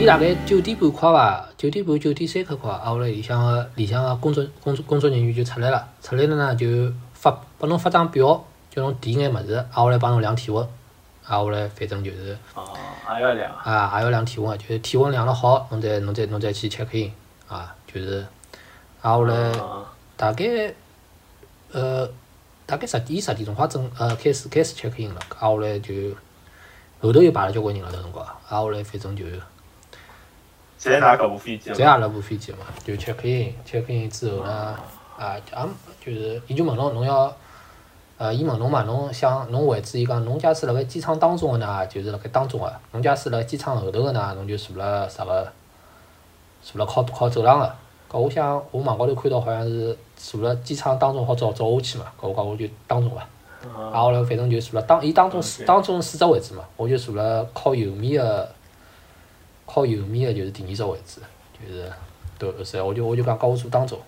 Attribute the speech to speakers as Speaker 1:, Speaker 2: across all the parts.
Speaker 1: 伊大概九点半快伐，九点半九点三刻快，挨下来里向个里向个工作工作工作人员就出来了，出来了呢就发帮侬发张表，叫侬填眼物事，挨下来帮侬量体温，挨下来反正就是
Speaker 2: 哦，还要量啊，
Speaker 1: 啊，也要量体温，就是体温量了好，侬再侬再侬再去 check in 啊，就是挨下来。
Speaker 2: 啊
Speaker 1: 大概呃大概十点十点钟快正呃开始开始 check in 了，挨下来就后头又排了交关人了，搿辰光挨下来反正就
Speaker 2: 侪拿搿部飞机
Speaker 1: 侪
Speaker 2: 嘛，
Speaker 1: 阿拉部飞机嘛，就 check in check in 之后呢，啊啊就是伊就问侬侬要。呃，伊问侬嘛，侬想侬位置，伊讲侬假使辣盖机舱当中个呢，就是辣盖当中个；侬假使辣机舱后头个呢，侬就坐辣啥个，坐辣靠靠走廊个。搿我想我网高头看到好像是坐辣机舱当中好走走下去嘛，搿我讲我就当中伐。
Speaker 2: 啊
Speaker 1: 啊，后来反正就坐了当伊当中四
Speaker 2: OK
Speaker 1: 当中四只位置嘛，我就坐了靠右面的，靠右面的就是第二只位置，就是对，是我就我就讲告我坐当中。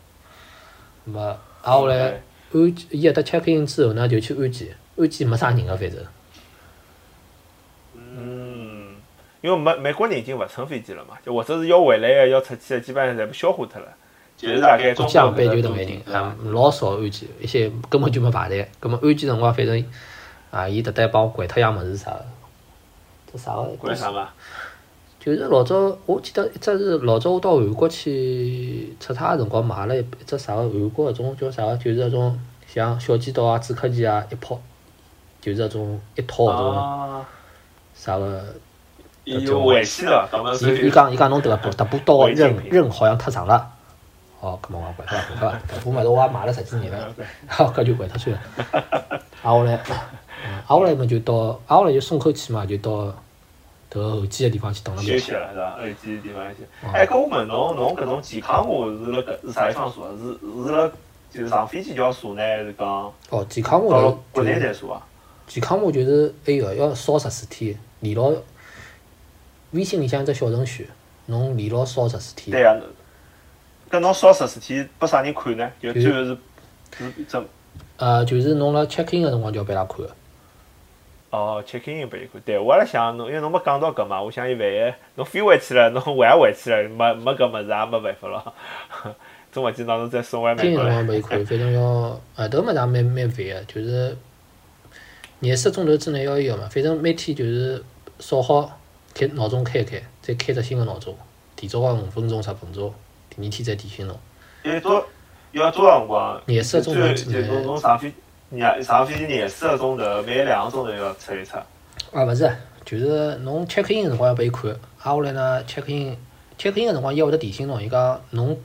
Speaker 1: 那么啊后来
Speaker 2: 嗯
Speaker 1: 安伊搿搭 check in 之后呢，就去安检，安检没啥人啊个反正。
Speaker 2: 嗯，因为美美国人已经勿乘飞机了嘛，就或者是要回来个要出去个，基本上侪被消化脱了，就是大概中
Speaker 1: 机场
Speaker 2: 国
Speaker 1: 班就
Speaker 2: 搿
Speaker 1: 迭
Speaker 2: 种
Speaker 1: 眼
Speaker 2: 人
Speaker 1: 人，啊，老少安检，一些根本就没排队。葛末安检辰光反正啊，伊迭搭帮我掼脱样物事啥个，这啥个？
Speaker 2: 管啥嘛？
Speaker 1: 就是老早，我记得一只是老早我到韩国去出差个辰光买了一一只啥个韩国搿种叫啥个，就是那种像小剪刀啊、纸壳剪啊一泡，就是那种一套搿种
Speaker 2: 啊，
Speaker 1: 啥个。
Speaker 2: 伊就回去了，搿么
Speaker 1: 伊
Speaker 2: 是
Speaker 1: 伊讲伊讲侬迭个迭把刀个
Speaker 2: 违禁
Speaker 1: 刃
Speaker 2: 品
Speaker 1: 刃好像太长了。哦，搿么我也掼脱了，掼脱了。搿把物事我也买了十几年了，好搿就掼脱算了。挨下来，嗯挨下来嘛就到，挨下来就松口气嘛，就到迭个候机个地方去等了
Speaker 2: 休
Speaker 1: 蛮
Speaker 2: 息了是伐？耳机地方去。
Speaker 1: 哦
Speaker 2: 哎，搿我问侬，侬搿种健康码是辣搿是啥地方查？是是辣就是上飞机就要查呢，还是讲
Speaker 1: 哦，健康码
Speaker 2: 到了
Speaker 1: 就就
Speaker 2: 国内
Speaker 1: 是
Speaker 2: 再查啊？
Speaker 1: 健康码就是哎个要烧十四天，连牢微信里向一只小程序，侬连牢烧十四
Speaker 2: 对
Speaker 1: 天。
Speaker 2: 呀、搿侬烧十四天拨啥人看呢？就
Speaker 1: 就是
Speaker 2: 最后是是怎
Speaker 1: 呃，就是侬辣 check in 个辰光就要拨伊拉看的。
Speaker 2: 哦，check in 拨伊看。对，我也辣想侬，因为侬没讲到搿嘛，我想伊万一侬飞回去了，侬 回也回去了，没没搿物事也没办法了。 总勿记拿侬再送回
Speaker 1: check
Speaker 2: 美
Speaker 1: in
Speaker 2: 国
Speaker 1: 个辰
Speaker 2: 来。
Speaker 1: 光拨伊看，反正要呃，迭个物事也蛮蛮烦个，就是廿四钟头之内要有嘛。反正每天就是烧好开闹钟开一开，再开只新个闹钟，提早个五分钟十分钟，第二天再提醒侬。
Speaker 2: 要多要多少辰光？
Speaker 1: 廿四个钟头
Speaker 2: 最
Speaker 1: 之
Speaker 2: 就
Speaker 1: 内
Speaker 2: 侬侬上飞廿上飞机廿四个钟头，每两个钟头要测一测。
Speaker 1: 啊，勿是，就是侬 check in 个辰光要拨伊看，挨下来呢 check in check in 个辰光伊也会得提醒侬，伊讲侬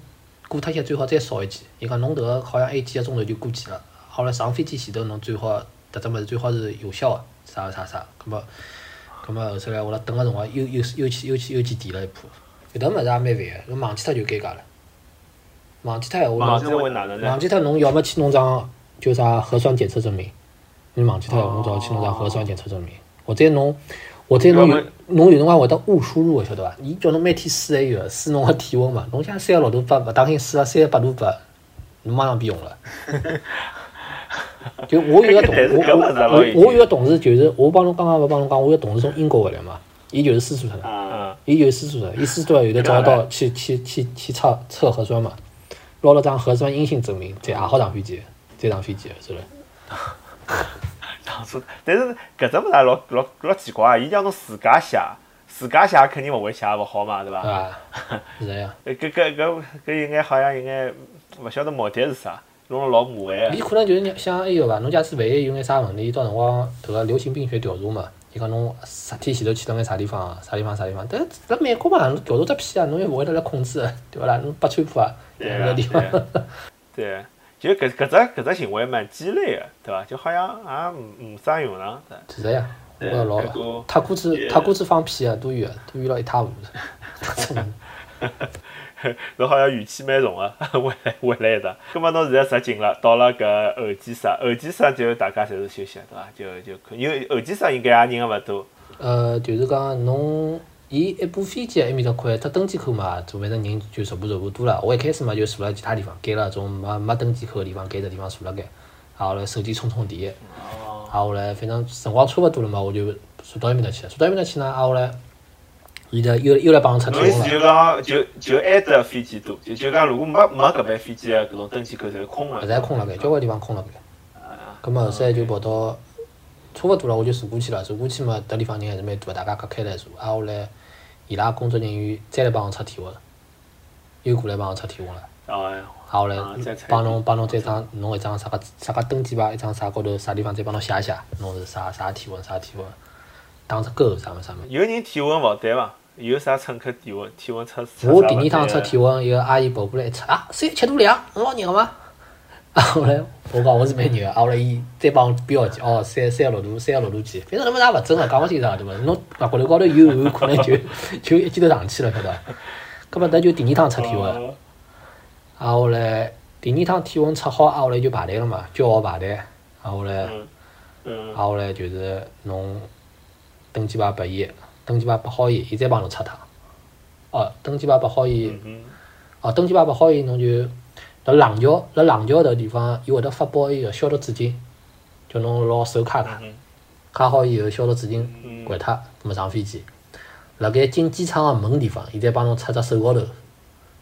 Speaker 1: 过脱歇最好再少一记，伊讲侬迭个好像还有几个钟头就过去了，后来上飞机前头侬最好迭只物事最好是有效个，啥啥啥，葛末葛末后头来我辣等个辰光又又又去又去又去提了一波，有迭物事也蛮烦个，侬忘记脱就尴尬了，忘记脱闲话
Speaker 2: 网
Speaker 1: 侬
Speaker 2: 站会哪能呢
Speaker 1: 忘？记脱侬要么去弄张啊就啥核酸检测证明，你忘记脱，侬只好去弄张核酸检测证明，或者侬，或者侬
Speaker 2: 要
Speaker 1: 有
Speaker 2: 么
Speaker 1: 侬有辰光会得误输入的，晓得伐？伊叫侬每天试一个，试侬个体温嘛。侬像三十六度八，勿当心试了三十八度八，侬马上变红了。就我有个同
Speaker 2: 但是搿物事老有
Speaker 1: 我我我有个同事就是我帮侬刚刚勿帮侬讲，我有个同事从英国回来嘛，伊就是四川人。
Speaker 2: 啊，
Speaker 1: 伊有四川人，伊四川有的找到去去去去测测核酸嘛，拿了张核酸阴性证明，再也好上飞机，再上飞机是了。
Speaker 2: 当初，但是搿只物事也老老老奇怪啊！伊叫侬自家写，自家写肯定勿会写勿好嘛，对
Speaker 1: 对
Speaker 2: 伐？
Speaker 1: 伐？啊是这 样，
Speaker 2: 搿搿搿搿有眼好像有眼勿晓得目的是啥，弄得老麻烦啊
Speaker 1: 伊可能就是想埃个伐，侬假使万一有眼啥问题，到辰光迭个流行病学调查嘛，伊讲侬十天前头去到眼啥地方，啊啥地方啥地方，但辣美国嘛，侬调查只屁啊，侬又勿会得来控制的，对勿啦？侬北川普啊，
Speaker 2: 对
Speaker 1: 个
Speaker 2: 啊
Speaker 1: 地方，
Speaker 2: 对 啊，对，就搿搿只搿只行为蛮鸡肋个，对伐？就好像也没没啥用场。对
Speaker 1: 是这样，我
Speaker 2: 对
Speaker 1: 觉得老
Speaker 2: 结果
Speaker 1: 他估计
Speaker 2: 也
Speaker 1: 他估计放屁啊，都远都远了一塌糊涂。
Speaker 2: 侬好像语气蛮重个，回来回来一趟。葛末侬现在实进了，到了搿候机室，候机室就大家侪是休息，对伐？就就可因为候机室应该也人也勿多。
Speaker 1: 呃，就是讲侬，伊一部飞机埃面搭快，它登机口嘛，就反正人就逐步逐步多了。我一开始嘛就坐辣其他地方，改了种没没登机口个地方，改只地方坐辣盖，然后来手机充充电，
Speaker 2: 哦，
Speaker 1: 然后来反正辰光差勿多了嘛，我就坐到埃面搭去了。坐到埃面搭去呢，然后来伊拉又又来帮侬出
Speaker 2: 侬意
Speaker 1: 题目了。
Speaker 2: 思就讲就就埃搭飞机多，就就讲如果没没搿班飞机个啊搿种登机口，侪空
Speaker 1: 勿
Speaker 2: 了。
Speaker 1: 在空了该，交关地方空了该。
Speaker 2: 啊
Speaker 1: 咁么后来就跑到差勿多了，我就坐过去了。坐过去嘛，搿地方人还是蛮多的，大家隔开来坐。挨下来，伊拉工作人员再来帮我出题目了，又过来帮我出题目了。
Speaker 2: 哦，
Speaker 1: 挨下来
Speaker 2: 啊再猜
Speaker 1: 帮侬帮侬再
Speaker 2: 啊
Speaker 1: 张侬一张啥个啥个登记牌，一张啥高头啥地方再帮侬写一写，侬是啥啥提问啥提问，打只勾啥么啥么。
Speaker 2: 有人体温勿好对伐？有啥乘客体温体温测测
Speaker 1: 我
Speaker 2: 啥
Speaker 1: 第
Speaker 2: 勿
Speaker 1: 二趟
Speaker 2: 对啊
Speaker 1: 出
Speaker 2: 的
Speaker 1: 体温，一个阿姨跑过来一测啊，三十七度两，侬老热吗？ 啊，后来我讲我是蛮热的，啊，后来伊再帮我标记，哦，三三十六度，三十六度几，反正他妈也勿准了，啊讲勿清爽对伐？侬外骨头高头有汗，可能就 就一记头上去了，晓得伐？搿么咱就第二趟出体温，啊，
Speaker 2: 哦
Speaker 1: 后来第二趟体温测好，啊，后来就排队了嘛，叫号排队，啊，后来。
Speaker 2: 嗯嗯，
Speaker 1: 挨下来就是侬登记牌拨伊，登记牌拨好伊，伊再帮侬出趟。哦，登记牌拨好伊，
Speaker 2: 嗯
Speaker 1: 哦，登记牌拨好伊，侬就辣浪桥，辣浪桥迭地方，伊会得发包一个消毒纸巾，叫侬拿手揩揩，
Speaker 2: 嗯
Speaker 1: 揩好以后消毒纸巾
Speaker 2: 嗯
Speaker 1: 掼脱，咾么上飞机。辣盖进机舱个门地方，伊再帮侬出只手高头，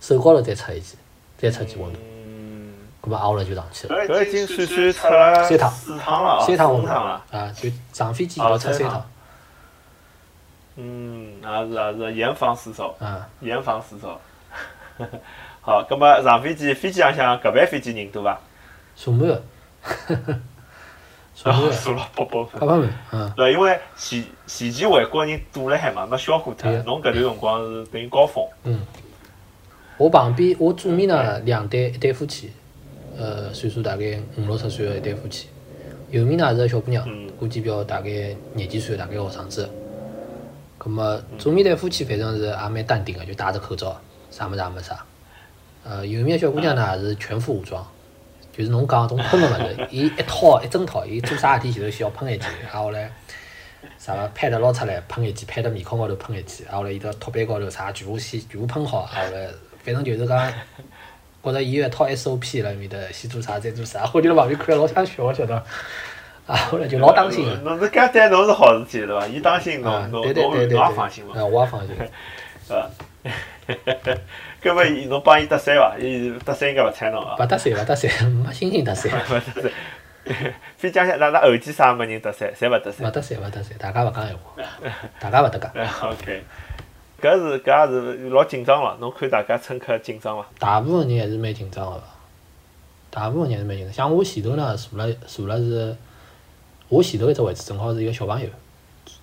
Speaker 1: 手高头再出一记，再出几温度，
Speaker 2: 嗯，
Speaker 1: 咾么挨下来就上去了。
Speaker 2: 搿已经算算出了
Speaker 1: 三趟
Speaker 2: 四趟了啊，
Speaker 1: 三趟
Speaker 2: 四
Speaker 1: 温度
Speaker 2: 趟了。
Speaker 1: 啊，就上飞机
Speaker 2: 哦
Speaker 1: 要出
Speaker 2: 三
Speaker 1: 三
Speaker 2: 趟
Speaker 1: 趟
Speaker 2: 嗯，也是也是严防死守，
Speaker 1: 啊。
Speaker 2: 严防死守。 好，葛末上飞机，飞机浪向搿班飞机人多伐？
Speaker 1: 数满 个， 数满
Speaker 2: 哦，
Speaker 1: 个，
Speaker 2: 数了八百分
Speaker 1: 八。百万，嗯，
Speaker 2: 对，因为前前期外国人堵了海嘛，没消化脱
Speaker 1: 对。
Speaker 2: 侬搿段辰光是等于高峰，
Speaker 1: 我旁边我左面呢两对一对夫妻，呃，岁数大概五六十岁个一对夫妻，右面呢是个小姑娘
Speaker 2: 嗯，
Speaker 1: 估计表大概廿几岁，大概学生子。葛么左面对夫妻反正是也蛮淡定个，就戴着口罩，啥物事也没啥。呃，右面小姑娘呢是全副武装，就是侬讲种喷个物事，伊一套一整套，伊做啥事体前头先要喷一记，然后嘞。啥个 pad 捞出来喷一记，pad 面孔高头喷一记，啊后来伊到托盘高头啥全部先全部喷好，啊后来反正就是讲，觉着伊有一套 SOP 辣埃面的，先做啥再做啥，我就辣旁边看了老想笑，晓得伐？啊后来就老当心个，
Speaker 2: 侬侬搿对侬是好事体对伐？伊当心
Speaker 1: 啊
Speaker 2: 侬，
Speaker 1: 对
Speaker 2: 侬侬
Speaker 1: 对
Speaker 2: 侬
Speaker 1: 对对
Speaker 2: 也
Speaker 1: 对，
Speaker 2: 放心嘛。
Speaker 1: 啊我也放心，
Speaker 2: 搿么伊侬帮伊搭讪伐？伊搭讪应该勿睬侬啊。
Speaker 1: 勿搭讪勿搭讪，没心情搭讪，
Speaker 2: 勿搭讪。飞机浪向哪哪后期啥没人搭讪，侪勿搭
Speaker 1: 勿
Speaker 2: 讪。
Speaker 1: 搭讪勿搭讪，大家勿讲闲话，大家勿搭讲，
Speaker 2: OK，搿是搿也是老紧张了。侬看大家乘客紧张伐？
Speaker 1: 大部分人还是蛮紧张个，大部分人还是蛮紧张。像我前头呢，坐了坐了是，我前头一只位置正好是一个小朋友，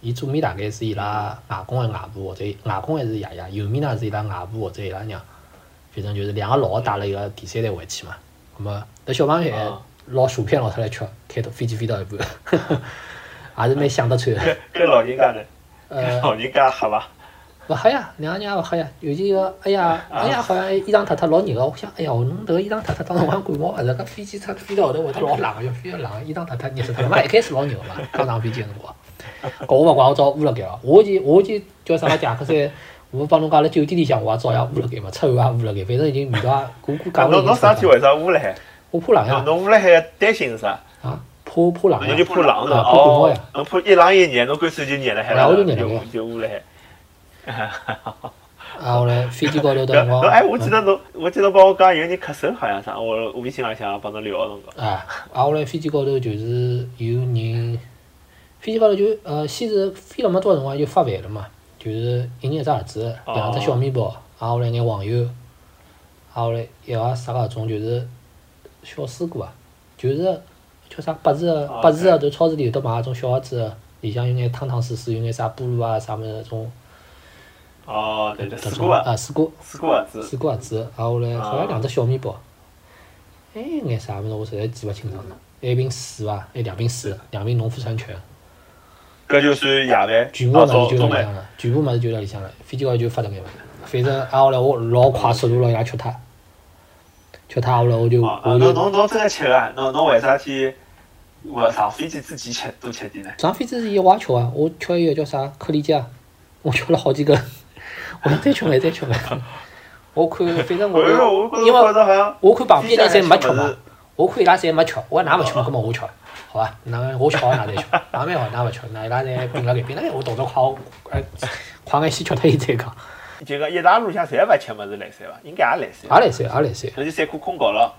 Speaker 1: 伊左面大概是伊拉外公个外婆或者外公还是爷爷，右面呢是伊拉外婆或者伊拉娘，反正就是两个老个带了一个第三代回去嘛。那么搿小朋友还
Speaker 2: 啊
Speaker 1: 捞薯片捞出来 吃，开到飞机飞到一 半，还是蛮想得穿 的。
Speaker 2: 搿老人家呢？
Speaker 1: 呃，
Speaker 2: 老人家吓伐？
Speaker 1: 勿黑呀，两个人也勿黑呀。尤其个，哎呀，哎呀，好像衣裳脱脱老热个。我想，哎呀，侬迭个衣裳脱脱，当辰光感冒勿是？搿飞机出飞到后头会得老冷个，要非要冷，衣裳脱脱热死脱。妈一开始老热个嘛，刚上飞机个辰光。 搿我勿怪，我早捂辣盖哦。我去，我去叫啥个夹克衫，我帮侬讲辣酒店里向我也照样捂辣盖嘛，出汗也捂辣盖，反正已经味道也，我估讲
Speaker 2: 侬侬啥体为啥捂辣海？
Speaker 1: 我怕冷
Speaker 2: 侬
Speaker 1: 呀，
Speaker 2: 侬捂辣海个担心是啥？
Speaker 1: 啊，怕怕冷
Speaker 2: 侬就
Speaker 1: 呀。
Speaker 2: 怕冷是伐？
Speaker 1: 啊怕感冒
Speaker 2: 哦
Speaker 1: 呀，
Speaker 2: 侬怕一冷一热，侬干脆就热辣海
Speaker 1: 啊
Speaker 2: 了，
Speaker 1: 我就
Speaker 2: 就
Speaker 1: 热辣海
Speaker 2: 就捂辣海。
Speaker 1: 啊，后来飞机高头迭
Speaker 2: 搿
Speaker 1: 辰光啊
Speaker 2: 侬， 哎，我记得侬，我记得帮我讲有人咳嗽好像啥，我微信浪向帮侬聊个辰光。
Speaker 1: 啊，啊，后来飞机高头就是有人，飞机高头就呃，先是飞了没多少辰光就发饭了嘛，就是一人一只盒子，
Speaker 2: 哦
Speaker 1: 两只小面包，啊，后来眼黄油，啊，后来一个啥个种就是小水果啊，就是叫啥八字个
Speaker 2: 哦
Speaker 1: 八字个，就超市里有得买那种小盒子的，里向有眼汤汤水水，有眼啥菠萝啊啥么子种，
Speaker 2: 哦，对对，
Speaker 1: 搿
Speaker 2: 水
Speaker 1: 种
Speaker 2: 果啊，
Speaker 1: 啊水果，
Speaker 2: 水果啊，子。
Speaker 1: 水果盒子，啊，后来好像两只小面包，还有眼啥物事我实在记勿清爽了，还有一瓶水伐，啊还有两瓶水，两瓶农夫山泉，
Speaker 2: 搿就算夜饭，
Speaker 1: 全部物
Speaker 2: 啊
Speaker 1: 事
Speaker 2: 早
Speaker 1: 就
Speaker 2: 中
Speaker 1: 辣里
Speaker 2: 饭
Speaker 1: 向了，全部物事就辣里向了，飞机高头就发迭眼物事，反正啊后来我老快速度让伊拉吃脱，吃脱啊后来我就
Speaker 2: 哦啊，
Speaker 1: 我
Speaker 2: 侬
Speaker 1: 就
Speaker 2: 侬侬真个吃啊？侬侬为啥体勿上飞机之前吃多吃点呢？
Speaker 1: 上飞机之前我也吃啊，我吃一个叫啥克里鸡啊，我吃了好几根， 我想再吃眼再 吃眼，我看反正
Speaker 2: 我
Speaker 1: 我
Speaker 2: 我
Speaker 1: 因为
Speaker 2: 觉着好像
Speaker 1: 我看旁边人侪没吃嘛。我看伊拉侪没吃，我讲㑚勿吃嘛，搿么我吃，好伐？那我吃好㑚再吃，也蛮好，㑚勿吃，那伊拉侪并辣搿边，那哎我动作快，我呃， 快眼先吃脱伊再讲，
Speaker 2: 就讲一大路向侪勿吃物事来三伐？应该也来三
Speaker 1: 也。来三，也来三。
Speaker 2: 那就三颗困觉咯，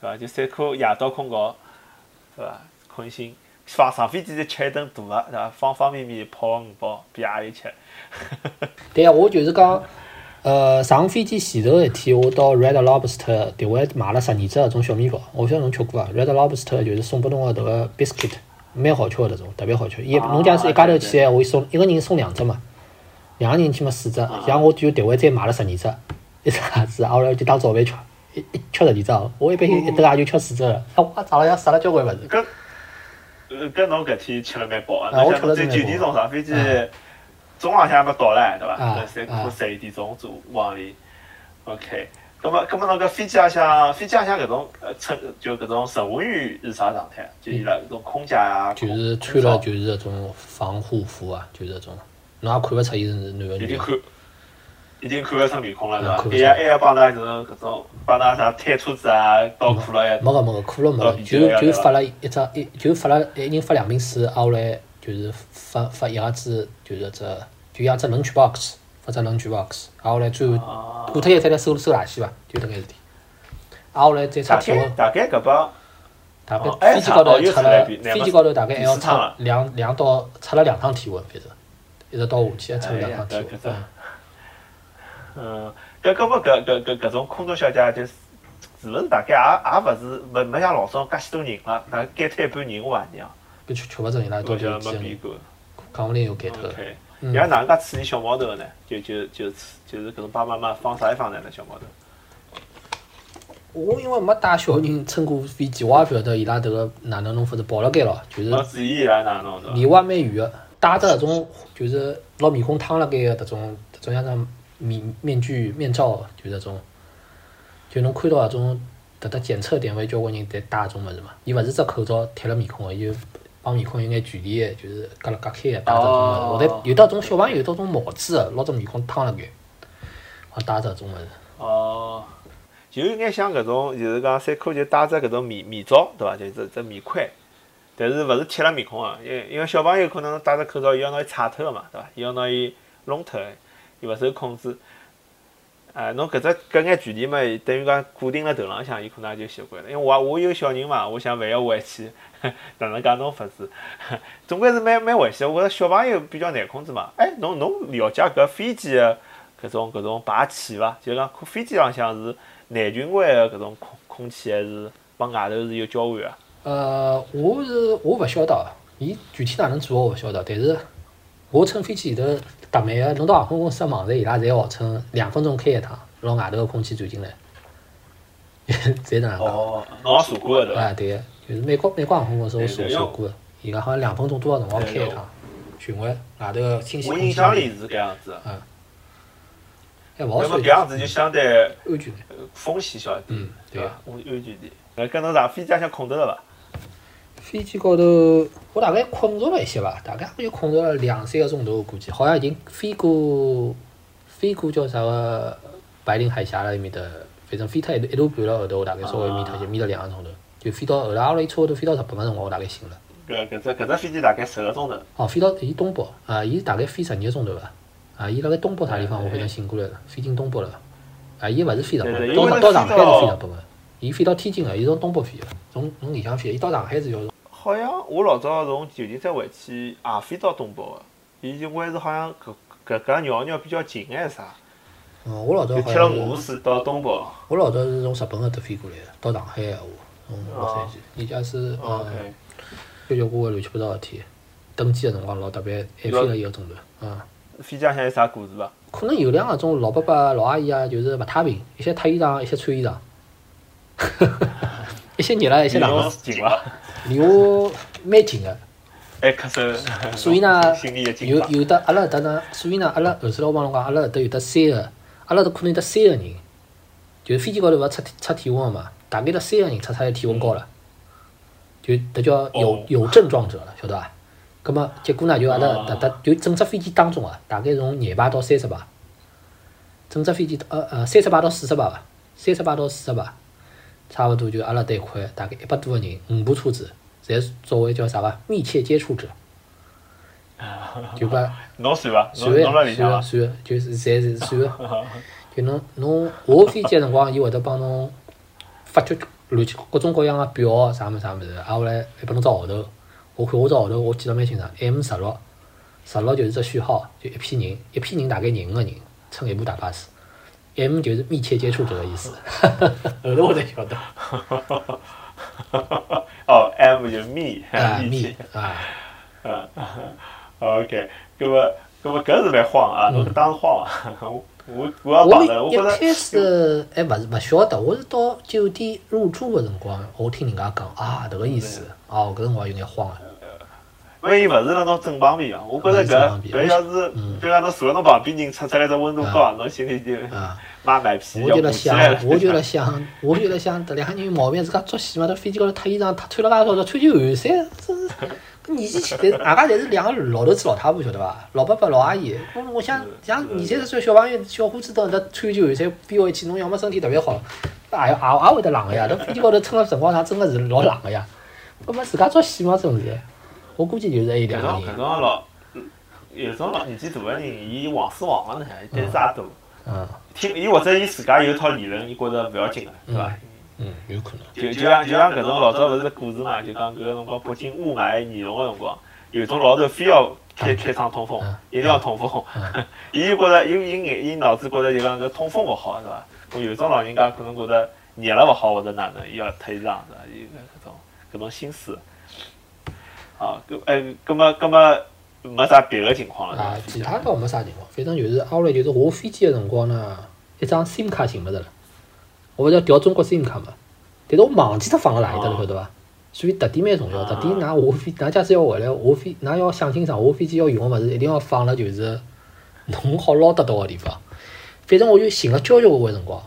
Speaker 2: 对伐？就三颗夜到困觉，对伐？困醒，放上飞机就吃一顿大个，对伐？方方面面泡个五包，比阿里吃。
Speaker 1: 对啊，我就是讲，呃，上飞机前头一天，我到 Red Lobster 迭位买了十二只搿种小面包，我勿晓得侬吃过伐？Red Lobster 就是送拨侬个迭个 biscuit，蛮好吃个迭种，特别好吃。伊一
Speaker 2: 啊
Speaker 1: 侬假使一家头
Speaker 2: 对
Speaker 1: 去闲话，我送一个人送两只嘛，两个人去嘛四只，
Speaker 2: 啊
Speaker 1: 像我就迭位再买了十二只，一只鸭子，后来我就当早饭吃，一一吃十二只哦，我一
Speaker 2: 嗯
Speaker 1: 般性一顿也就吃四只了，那我早浪向杀了交关物事。
Speaker 2: 搿呃搿侬搿天吃了蛮饱啊！
Speaker 1: 啊
Speaker 2: 侬
Speaker 1: 我
Speaker 2: 想
Speaker 1: 吃了
Speaker 2: 侬在
Speaker 1: 真蛮
Speaker 2: 酒店
Speaker 1: 饱
Speaker 2: 中上飞机
Speaker 1: 嗯，
Speaker 2: 中浪向还没到唻，对伐？
Speaker 1: 啊
Speaker 2: 搿三
Speaker 1: 啊
Speaker 2: 过十一点钟左右往里。OK，葛末葛末侬搿飞机浪向飞机浪向搿种呃乘就搿种乘务员是啥状态？就伊拉搿种空姐啊，
Speaker 1: 就
Speaker 2: 空
Speaker 1: 是穿了就是搿种防护服啊，就是搿种，侬也看勿出伊是男个
Speaker 2: 已
Speaker 1: 女
Speaker 2: 经
Speaker 1: 个。
Speaker 2: 看，已经看勿出面孔了，
Speaker 1: 嗯看
Speaker 2: 是
Speaker 1: 不出
Speaker 2: 伐？还要还要帮㑚搿种搿种帮㑚啥推车子啊、倒库了呀，
Speaker 1: 没个没个，可乐没
Speaker 2: 到
Speaker 1: 个，
Speaker 2: 底
Speaker 1: 就
Speaker 2: 怎么
Speaker 1: 就
Speaker 2: 样哦对吧
Speaker 1: 发了一只一，就发了一人发两瓶水，后来就是发发一样子，就是只就像只 lunch box，发只 lunch box，后来最后
Speaker 2: 啊
Speaker 1: 过脱一再来收收垃圾伐，就迭个事体。后来再
Speaker 2: 大
Speaker 1: 差
Speaker 2: 概
Speaker 1: 点，
Speaker 2: 大概搿帮
Speaker 1: 大
Speaker 2: 哦
Speaker 1: 概
Speaker 2: 哎
Speaker 1: 飞机高头
Speaker 2: 差哦又
Speaker 1: 出
Speaker 2: 出来
Speaker 1: 了，
Speaker 2: 比那
Speaker 1: 飞机
Speaker 2: 么
Speaker 1: 高头大概还要
Speaker 2: 第四趟
Speaker 1: 出
Speaker 2: 了
Speaker 1: 两两到出了两趟体温，反正一直到夏天还出了两趟体
Speaker 2: 哎呀
Speaker 1: 温
Speaker 2: 搿。
Speaker 1: 嗯
Speaker 2: 嗯，搿搿么搿搿搿搿种空中小姐就是。是勿是大概也也勿是没没像老早介许多人了，大概减脱一半人我也让，
Speaker 1: 搿吃吃勿准伊拉到
Speaker 2: 我
Speaker 1: 底
Speaker 2: 觉
Speaker 1: 有
Speaker 2: 得
Speaker 1: 几
Speaker 2: 没
Speaker 1: 个
Speaker 2: 比
Speaker 1: 人，
Speaker 2: 过。
Speaker 1: 讲勿定有改脱。
Speaker 2: OK，
Speaker 1: 嗯
Speaker 2: 伊拉哪能介处理小毛头的呢？就就就就是搿种爸爸妈妈放啥地方呢？那小毛头。
Speaker 1: 我因为没带小人乘过飞机，我也勿晓得伊拉迭个哪能弄法子跑了该咯，就是
Speaker 2: 侬注意伊拉哪弄是伐？
Speaker 1: 离我也蛮远个，带着搿种就是拿面孔烫辣盖个迭种迭种像只面面具面罩，就是搿种，就侬看到搿种迭搭检测点位交关人侪戴搿种物事嘛，伊勿是只口罩贴辣面孔个，伊有帮面孔有眼距离个，就是隔了隔开个戴着搿种物事，
Speaker 2: 哦
Speaker 1: 或者有到种小朋友有到种帽子个，拿只面孔烫辣盖，好戴着搿种物事。
Speaker 2: 哦，就有眼像搿种，就是讲三科就戴只搿种面面罩，对伐？就只只面盔，但是勿是贴辣面孔啊？因为因为小朋友可能戴只口罩，伊要拿伊擦脱个嘛，对伐？伊要拿伊弄脱，伊勿受控制。啊，侬搿只搿眼距离嘛，等于讲固定辣头浪向，伊可能也就习惯了。因为我也我有小人嘛，我想万一回去， 哪能介弄法子？ 总归是蛮蛮危险的。我觉着小朋友比较难控制嘛。哎，侬侬了解搿飞机个搿种搿种排气伐？就讲看飞机浪向是内循环个搿种空空气还是帮外头是有交换啊？
Speaker 1: 呃，我是我勿晓得，伊具体哪能做我勿晓得，但是我乘飞机前头特慢个，侬啊到航空公司网站伊拉侪号称两分钟开一趟，让外头个空气转进来， 侪哪能讲？
Speaker 2: 哦，侬也坐过个对伐？
Speaker 1: 啊，对个，就是美国美国航空公司我查
Speaker 2: 对对
Speaker 1: 查过个，伊拉好像两分钟多少辰光开一
Speaker 2: 对
Speaker 1: 趟，循环外头个清洗
Speaker 2: 我
Speaker 1: 空
Speaker 2: 印
Speaker 1: 气，
Speaker 2: 象里是搿样子的。
Speaker 1: 还勿好
Speaker 2: 那么
Speaker 1: 说
Speaker 2: 搿样子就相对
Speaker 1: 哎安全眼。
Speaker 2: 呃风险小一点，
Speaker 1: 嗯，对
Speaker 2: 对
Speaker 1: 个
Speaker 2: 伐。？安安全点。呃，搿侬上飞机浪向困得着伐？
Speaker 1: 飞机高头，我大概困着了一些吧，大概也就困着了两三个钟头，我估计好像已经飞过飞过叫啥个白令海峡了，埃面搭，反正飞脱一段一段半了后头，我大概稍
Speaker 2: 啊
Speaker 1: 微眯脱一下，眯了两个钟头，就飞到后头，阿拉一差勿多飞到日本个辰光，我大概醒了。
Speaker 2: 搿搿只搿只飞机大概十个钟头。
Speaker 1: 哦，飞到伊东北啊，伊大概飞十二个钟头伐？啊，伊辣盖东北啥地
Speaker 2: 哎
Speaker 1: 方，我好像醒过来了，飞进东北了。啊，伊勿是飞日
Speaker 2: 对
Speaker 1: 本，
Speaker 2: 对
Speaker 1: 到
Speaker 2: 因为
Speaker 1: 上到
Speaker 2: 它
Speaker 1: 上
Speaker 2: 飞
Speaker 1: 海是
Speaker 2: 到
Speaker 1: 飞日本个，伊飞到天津个，伊从东北飞个，从从里向飞的，伊到上海是要
Speaker 2: 好像我老早从旧金山回去，也飞到东北个，伊因为是好像搿搿搿绕绕比较近还是啥，
Speaker 1: 嗯，我老早好
Speaker 2: 就贴了
Speaker 1: 像
Speaker 2: 俄
Speaker 1: 是
Speaker 2: 罗斯到东北。
Speaker 1: 我老早是从日本搿搭飞过来的，到上海闲话，从洛杉矶。伊家是呃
Speaker 2: 哦 OK，
Speaker 1: 交交关关乱七八糟事体，登机个辰光老特别，还飞了一个钟头。嗯，
Speaker 2: 飞机浪向有啥故事伐？
Speaker 1: 可能有两个种老伯伯、老阿姨啊，就是勿太平，一些脱衣裳，一些穿衣裳， 一些热了，一些冷了，
Speaker 2: 近伐？
Speaker 1: 离我蛮近个。
Speaker 2: 还咳嗽，
Speaker 1: 所以呢
Speaker 2: 哎心里一紧
Speaker 1: 有
Speaker 2: 吧。
Speaker 1: 有的阿拉搿搭呢，所以呢，阿拉后头老帮侬讲，阿拉搿搭有得三个，阿拉搿可能有得三个人，就是飞机高头勿是测体测体温个嘛，大概得三个人测出来体温高了，就迭叫有
Speaker 2: 哦
Speaker 1: 有症状者了，晓得伐？葛么结果呢，就阿拉
Speaker 2: 啊
Speaker 1: 搿搭就整只飞机当中啊，大概从廿排到三十排，整只飞机呃呃三十排到四十排吧，三十排到四十排，差勿多就阿拉啊搭一块大概一百多个人，五部车子，侪作为叫啥伐？密切接触者，就把
Speaker 2: 侬算伐？
Speaker 1: 算
Speaker 2: 侬侬辣
Speaker 1: 个
Speaker 2: 里
Speaker 1: 算
Speaker 2: 向
Speaker 1: 个
Speaker 2: 伐？
Speaker 1: 算个，就是侪是算个。就侬侬下飞机个辰光，伊会得帮侬发掘乱七各种各样个表啊啥物事啥物事，挨下来还拨侬只号头。我看我只号头，我记得蛮清爽，M 十六，十六就是只序号，就一批人，一批人大概廿五个人乘一部大巴士。M 就是密切接触者的意思， 后头我才晓得。
Speaker 2: 哦，M 就是 me，
Speaker 1: 啊，
Speaker 2: 密 切
Speaker 1: 密啊，
Speaker 2: OK，搿么搿么搿是蛮慌啊，侬当慌啊！我我我要碰着，
Speaker 1: 嗯我
Speaker 2: 我
Speaker 1: 一
Speaker 2: 觉
Speaker 1: 开
Speaker 2: 着
Speaker 1: 始还勿是勿晓得，我是到酒店入住个辰光，我听人家讲啊，迭个意思，啊，我搿辰光有眼慌了。
Speaker 2: 万一勿是辣侬正旁边啊，我觉着
Speaker 1: 勿是正旁
Speaker 2: 搿
Speaker 1: 边
Speaker 2: 搿要是比如讲侬坐辣侬旁边人出出来只温度高，侬心里就
Speaker 1: 啊
Speaker 2: 妈卖批，
Speaker 1: 嗯我
Speaker 2: 要
Speaker 1: 就
Speaker 2: 鼓
Speaker 1: 辣
Speaker 2: 起
Speaker 1: 想
Speaker 2: 来了，。
Speaker 1: 我就辣想，我就辣想，迭两个人有毛病，自家作死嘛！到飞机高头脱衣裳，脱穿了介少，脱穿件汗衫，真是搿年纪轻，大家侪是两个老头子、老太婆，晓得伐？老伯伯、老阿姨，我我想像二三十岁小朋友、小伙子等，迭穿件汗衫编回去，侬要么身体特别好，那也也也会得冷个呀！迭飞机高头撑了辰光长，真个是老冷个呀！搿么自家作死嘛，真是。我估计就是还有
Speaker 2: 搿
Speaker 1: 两
Speaker 2: 种
Speaker 1: 个
Speaker 2: 搿
Speaker 1: 人，
Speaker 2: 种老，有种老年纪大个人，伊黄是黄个呢，伊胆子也大。
Speaker 1: 嗯
Speaker 2: 听伊或者伊自家有一套理论，伊觉着勿要紧个，对伐？
Speaker 1: 嗯，有可能。
Speaker 2: 就就像就像搿种老早勿是故事嘛，就讲搿个辰光北京雾霾严重个辰光，有种老头非要开开窗通风
Speaker 1: 嗯，
Speaker 2: 一定要通风。 伊就觉着伊伊眼伊脑子觉着就讲搿通风勿好，是伐？咾有种老人家可能觉着热了勿好或者哪能，伊要脱衣裳，是伐？伊搿种搿种心思。啊，搿哎，搿么搿么没啥别个情况
Speaker 1: 啊
Speaker 2: 了，，
Speaker 1: 其他倒没啥情况，反正就是后来就是下飞机个辰光呢，一张 SIM 卡寻勿着了，我勿是要调中国 SIM 卡嘛，但是我忘记脱放辣哪里搭了，
Speaker 2: 哦
Speaker 1: 晓得伐？所以特点蛮重要，特点㑚下飞，㑚假使要回来下飞，㑚要想清爽，下飞机要用个物事一定要放辣就是侬好捞得到个地方。反正我就寻了交交关关辰光，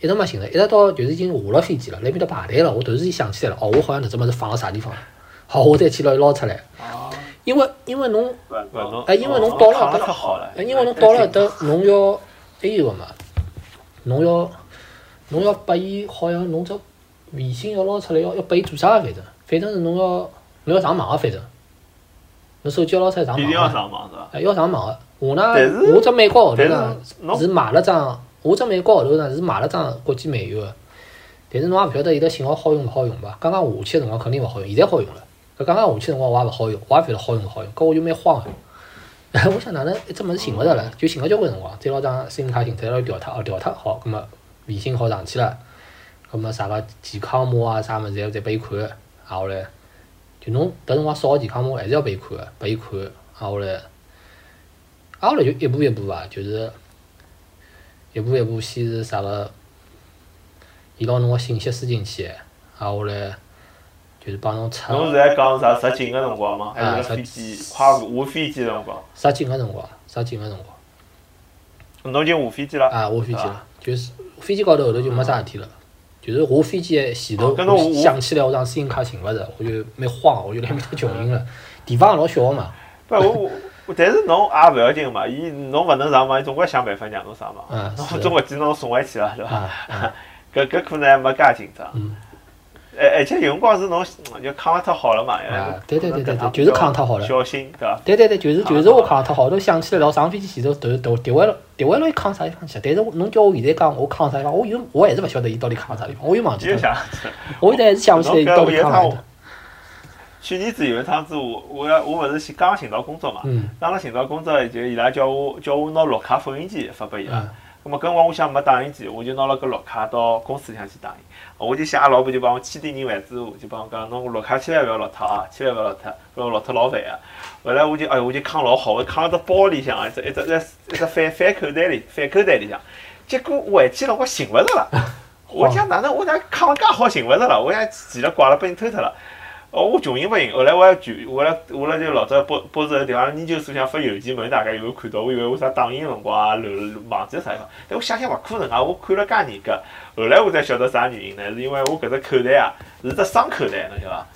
Speaker 1: 一直没寻着，一直到就是已经下了飞机了，来面搭排队了，我突然之间想起来了，哦，我好像搿只物事放辣啥地方了，好，我再去捞捞出来。因为因为侬
Speaker 2: 勿勿侬
Speaker 1: 哎因为侬到了
Speaker 2: 哦扛了太好了，
Speaker 1: 哎，因为侬到了搿搭，侬要还有个嘛，侬要侬要拨伊，好像侬只微信要捞出来，要要拨伊做啥个？反正反正是侬要侬要上网个，啊反正侬手机要捞出来上
Speaker 2: 一定要
Speaker 1: 网个，啊
Speaker 2: 上网是伐？
Speaker 1: 哎，要上网个。我呢
Speaker 2: 但是，
Speaker 1: 我只美国号头呢
Speaker 2: 但是侬
Speaker 1: 是买了张，我只美国号头呢是买了张国际漫游个，但是侬也勿晓得伊搭信号好用勿好用吧？刚刚下去个辰光肯定勿好用，现在好用了。搿刚刚下去个辰光我也勿好用，我也勿晓得好用勿好用，搿我就蛮慌个。 我想哪能一只物事寻勿着了，就寻了交关辰光，再拿张 SIM 卡寻，再拿调脱，哦调脱好，葛末微信好上去了，葛末啥个健康码啊啥物事侪侪拨伊看，啊后来就侬搿辰光扫健康码还是要拨伊看个，拨伊看，啊后来，啊后来就一步一步伐，就是一步一步先是啥个，伊拿侬个信息输进去，啊后来就是帮侬测。
Speaker 2: 侬是在讲啥实景个辰光吗？还
Speaker 1: 啊
Speaker 2: 是
Speaker 1: 实
Speaker 2: 飞机快下飞机的辰光？
Speaker 1: 杀进个辰光，杀进个辰光
Speaker 2: 侬已经下飞机了，
Speaker 1: 啊，下飞机了，就是飞机高头后头就没啥事体了，就是下飞机的前头
Speaker 2: 哦，跟侬
Speaker 1: 我想起来我张 SIM 卡寻勿着，我就蛮慌，我就来面搭穷人了，地方也老小个嘛，
Speaker 2: 不，我我，但是侬也勿要紧嘛，伊侬勿能上网，伊总归想办法让侬上网
Speaker 1: 嗯。是的
Speaker 2: 侬总归给侬送回去了，对伐？
Speaker 1: 啊，啊
Speaker 2: 搿搿可能还没介紧张。
Speaker 1: 嗯
Speaker 2: 而而且有辰光是侬就抗了太好了嘛，
Speaker 1: 啊
Speaker 2: 哎
Speaker 1: 对对对对
Speaker 2: 可能
Speaker 1: 对就是抗太好了
Speaker 2: 比较小心，对伐？
Speaker 1: 对对对，就是就是我讲脱好多想起来了，上飞机前头头头跌歪了，跌歪了伊扛啥地方去？但是我侬叫我现在讲我扛啥地方，我又我还是勿晓得伊到底扛啥地方，我又忘记
Speaker 2: 只有
Speaker 1: 脱了，
Speaker 2: 想，
Speaker 1: 我现在还是想勿起来伊到底扛哪里
Speaker 2: 侬搿有一趟。去年子有一趟子我我要我勿是去刚寻到工作嘛，
Speaker 1: 嗯
Speaker 2: 刚刚寻到工作就伊拉叫我叫我拿绿卡复印机发拨伊拉。
Speaker 1: 啊
Speaker 2: 咁么搿辰光我想没打印机，我就拿了搿绿卡到公司里向去打印。我就想阿拉老板就帮我签订人万字户，就帮我讲侬绿卡千万勿要落脱啊，千万勿要落脱，勿要落脱老烦啊。后来我就哎哟，我就扛老好，我扛到包里向啊，一只一只一只反反口袋里，反口袋里向。结果回去了，我寻勿着了。我讲哪能我哪扛了介好寻勿着了？我讲奇了怪了，被人偷脱了。哦，我穷寻勿赢，后来我还举，我来我来就老早报报纸地方研究所想发邮件问大家有没有看到，我以为我啥打印辰光啊，漏漏忘记了啥地方，但我想想勿可能啊，我看了介严格，后来我才晓得啥原因呢？是因为我搿只口袋啊是只双口袋，侬晓得伐？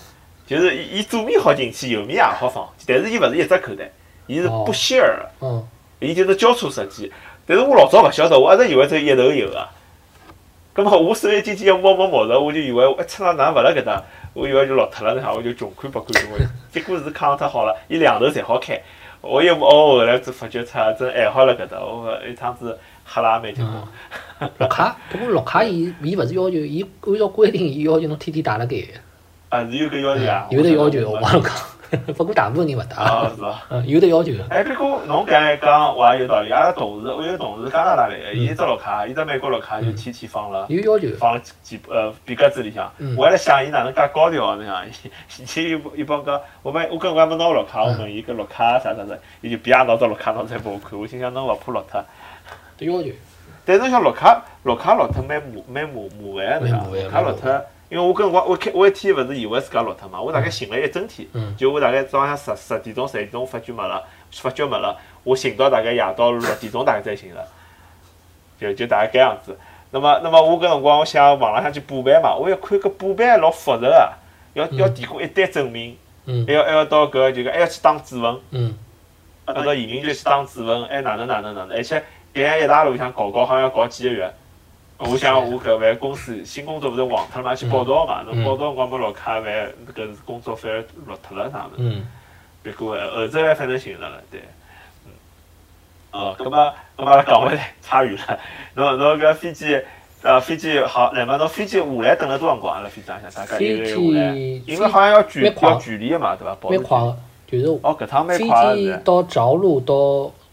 Speaker 2: 就是伊伊左面好进去，右面也好放，但是伊勿是一只口袋，伊是
Speaker 1: 哦
Speaker 2: 不歇儿的。
Speaker 1: 嗯
Speaker 2: 伊就是交叉设计。但是我老早勿晓得，我一直以为只有一头有个。啊咁么我手一进去一摸摸毛头，我就以为我哎一吃了哪勿辣搿搭，我以为就落脱了呢，我就穷看不看我结果是康特好了，伊两头侪好开。我一摸我后来就发觉他真爱好了搿搭，我一趟子黑了也蛮结棍。
Speaker 1: 嗯绿卡，不过绿卡伊伊勿是要求，伊按照规定，伊要求侬天天戴辣盖。
Speaker 2: 啊，是有搿要求啊？
Speaker 1: 嗯有的要求，
Speaker 2: 我
Speaker 1: 我
Speaker 2: 勿
Speaker 1: 帮侬讲，不过大部分人勿戴。
Speaker 2: 啊，是伐？
Speaker 1: 嗯，有的要求。
Speaker 2: 哎，不过侬搿一讲我也有道理。阿拉同事，我有同事加拿大来的，伊只绿卡，伊只美国绿卡就天天放了。
Speaker 1: 有要求。
Speaker 2: 放了几呃皮夹子里向，我还在想伊哪能介高调啊？侬想， 伊伊伊帮我讲，我们我跟我还没拿绿卡，我问伊搿绿卡啥啥啥，伊就别拿只绿卡拿出来拨我看。我心想侬勿怕落脱？
Speaker 1: 有要求。
Speaker 2: 但侬想绿卡绿卡落脱蛮麻蛮麻麻烦的，
Speaker 1: 蛮麻烦
Speaker 2: 侬绿卡落脱，因为我跟我我开我一天勿是以为自家落脱嘛，我大概寻了一整天，
Speaker 1: 嗯
Speaker 2: 就我大概早浪向十十点钟十一点钟发觉没了，发觉没了，我寻到大概夜到六点钟大概再寻了，就就大概搿样子。那么那么我搿辰光我想网浪向去补办嘛，我一看搿补办老复杂个，要要提供一堆证明，
Speaker 1: 嗯
Speaker 2: 还要还要到搿就讲还要去打指纹。
Speaker 1: 嗯，
Speaker 2: 按照啊移民局去打指纹，哎哪能哪能哪能，而且迭一大路向搞搞，好像要搞几个月。我想我搿万一公司新工作勿是黄脱了嘛，去报道嘛，侬
Speaker 1: 嗯
Speaker 2: 报道光没落卡，万一搿是工作反而落脱了啥物事。
Speaker 1: 嗯，
Speaker 2: 别过后头来反正寻着了，对。嗯。哦，咁么，咁么阿拉讲回来，差远了。侬侬搿飞机，呃，飞机好，来嘛，侬飞机下来等了多少辰光啊？阿拉飞机上向大概一个
Speaker 1: 飞
Speaker 2: 月下来，
Speaker 1: 机
Speaker 2: 因为好像要距
Speaker 1: 蛮快
Speaker 2: 要距离个嘛，对伐？保持
Speaker 1: 蛮快个，就是
Speaker 2: 哦，搿趟蛮
Speaker 1: 飞
Speaker 2: 快的
Speaker 1: 机
Speaker 2: 是。
Speaker 1: 到着陆到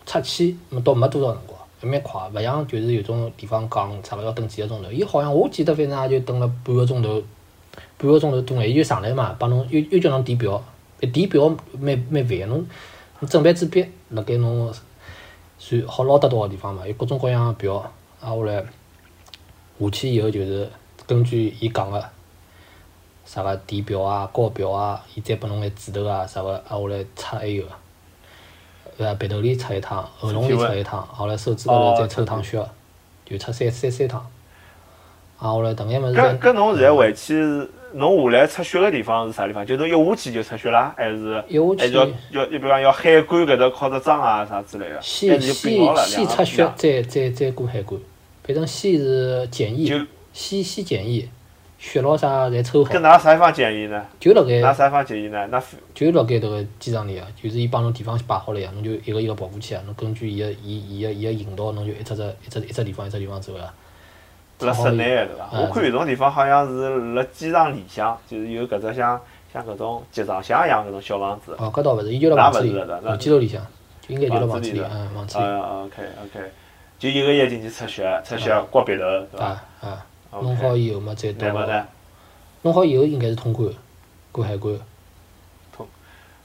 Speaker 1: 出去，嗯倒没多少辰光，还蛮快的，勿像就是有种地方讲啥个要等几个钟头，伊好像我记得反正也就等了半个钟头，半个钟头多眼，伊就上来嘛，帮侬又又叫侬填表，哎填表蛮蛮烦的，侬侬准备纸笔辣盖侬算好捞得到个地方嘛，有各种各样个表，啊后来下去以后就是根据伊讲个。啥个地表啊、高表啊，伊再拨侬眼指头啊，啥个啊，我来测还有啊，呃，鼻头里测一趟，喉咙里测一趟，后来手指
Speaker 2: 哦
Speaker 1: 高头再抽趟血，就测三三三趟。啊，后来同眼物事
Speaker 2: 搿
Speaker 1: 再，
Speaker 2: 搿侬现在回去是，侬下来出血个地方是啥地方？就侬一下去就出血啦，还是
Speaker 1: 一下去
Speaker 2: 还哎是要要，比如讲要海关搿搭靠着章啊啥之类个，还
Speaker 1: 先
Speaker 2: 是就病
Speaker 1: 先
Speaker 2: 好了，
Speaker 1: 先
Speaker 2: 两
Speaker 1: 测
Speaker 2: 个
Speaker 1: 血
Speaker 2: 两，
Speaker 1: 再再再过海关，反正先是检疫
Speaker 2: 就，
Speaker 1: 先先检疫，血咯啥侪抽好
Speaker 2: 搿，㑚啥地方建议呢？
Speaker 1: 就辣
Speaker 2: 㑚
Speaker 1: 盖
Speaker 2: 啥地方建议呢？那
Speaker 1: 就辣盖迭个机场里啊，就是伊帮侬地方摆好了呀，侬就一个一个跑过去啊，侬根据伊个伊伊个伊个引导，侬就一只只一只一只地方一只地方走啊。
Speaker 2: 辣室内个对伐？
Speaker 1: 嗯
Speaker 2: 我看有种地方好像是辣机场里向，就是有搿只像像搿种集装箱一样搿种小房子。
Speaker 1: 哦，搿倒勿是，伊就辣房子里
Speaker 2: 那勿是的，那
Speaker 1: 楼梯楼里向，就应该就辣
Speaker 2: 房
Speaker 1: 房
Speaker 2: 子
Speaker 1: 子
Speaker 2: 里
Speaker 1: 里，
Speaker 2: 的
Speaker 1: 嗯，房子里，
Speaker 2: 嗯，OK OK，就一个夜进去出血，出血刮鼻头对伐
Speaker 1: 啊嗯啊，弄好
Speaker 2: 哎？OK，
Speaker 1: 以后嘛再
Speaker 2: 那么
Speaker 1: 到，
Speaker 2: 呢？
Speaker 1: 弄好以后应该是通关，过海关，
Speaker 2: 通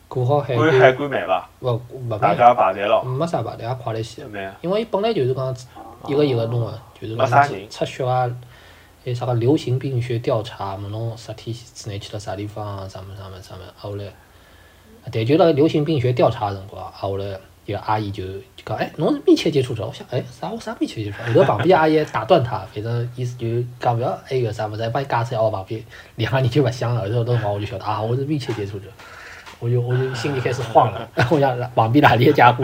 Speaker 1: 过好海
Speaker 2: 关海
Speaker 1: 关，
Speaker 2: 关慢伐？
Speaker 1: 勿勿
Speaker 2: 大
Speaker 1: 慢，
Speaker 2: 家排队咯，
Speaker 1: 没啥吧，大家快了些，
Speaker 2: 慢。
Speaker 1: 因为本来就是讲一个一个弄个，就是
Speaker 2: 啊哦没啥
Speaker 1: 讲
Speaker 2: 人
Speaker 1: 测血啊，还有啥个流行病学调查，么侬十天之内去了啥地方啊，啥么啥么啥么，啊后来，但就辣流行病学调查个辰光，啊后来有个阿姨就就讲，哎，侬是密切接触者，我想，哎，啥我啥密切接触者？后头旁边阿姨打断他，反正意思就是讲勿要，还有啥物事，帮伊解释，哦，旁边两个人就勿相了，后头辰光我就晓得啊，我是密切接触者。我就我就心里开始慌了， 我想旁边哪里的家伙，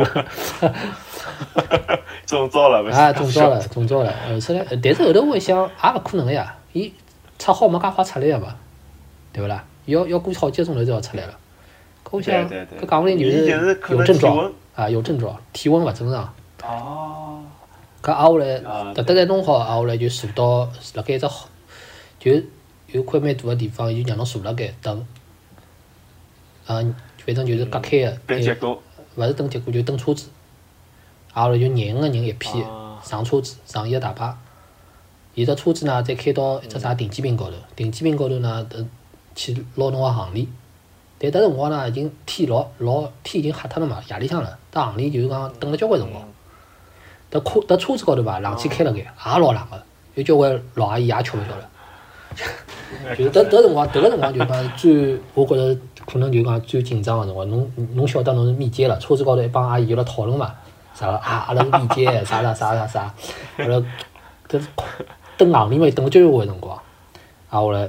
Speaker 2: 中招了，勿是
Speaker 1: 啊，中招了，中招了。呃后头来，但是后头我一想，也勿可能个呀，伊测好没介快出来个嘛，对勿啦？要要过好几个钟头才要出来了。搿我想，
Speaker 2: 对对对
Speaker 1: 搿讲勿定就
Speaker 2: 伊就是
Speaker 1: 是
Speaker 2: 可
Speaker 1: 有
Speaker 2: 能
Speaker 1: 症
Speaker 2: 体
Speaker 1: 状
Speaker 2: 温
Speaker 1: 啊，有症状，体温勿正常。
Speaker 2: 哦，
Speaker 1: 搿挨下
Speaker 2: 啊
Speaker 1: 来，特特再弄好，挨下来就坐到辣盖一只好，就有块蛮大个地方，伊就让侬坐辣盖等。啊，反正就是隔开个，
Speaker 2: 等结果
Speaker 1: 勿是等结果就等车子，挨下来就廿五个人一批
Speaker 2: 啊
Speaker 1: 上车子，上伊个大巴。伊只车子呢，再开到一只啥停机坪高头，停机坪高头呢，呃去捞侬个行李。但迭辰光呢，已经天老老天已经黑脱了嘛，夜里向了，搭行李就是讲等了交关辰光。迭车迭车子高头吧，冷气开了盖，也老冷个，有交关老阿姨也吃勿消了。就是迭迭辰光，迭个辰光就是讲最，我觉着可能就是讲最紧张个辰光。侬侬晓得侬是密接了，车子高头一帮阿姨就辣讨论嘛，啥个啊，阿拉是密接，啥啥啥啥啥，阿拉搿等行李嘛，等了交关辰光，啊后来，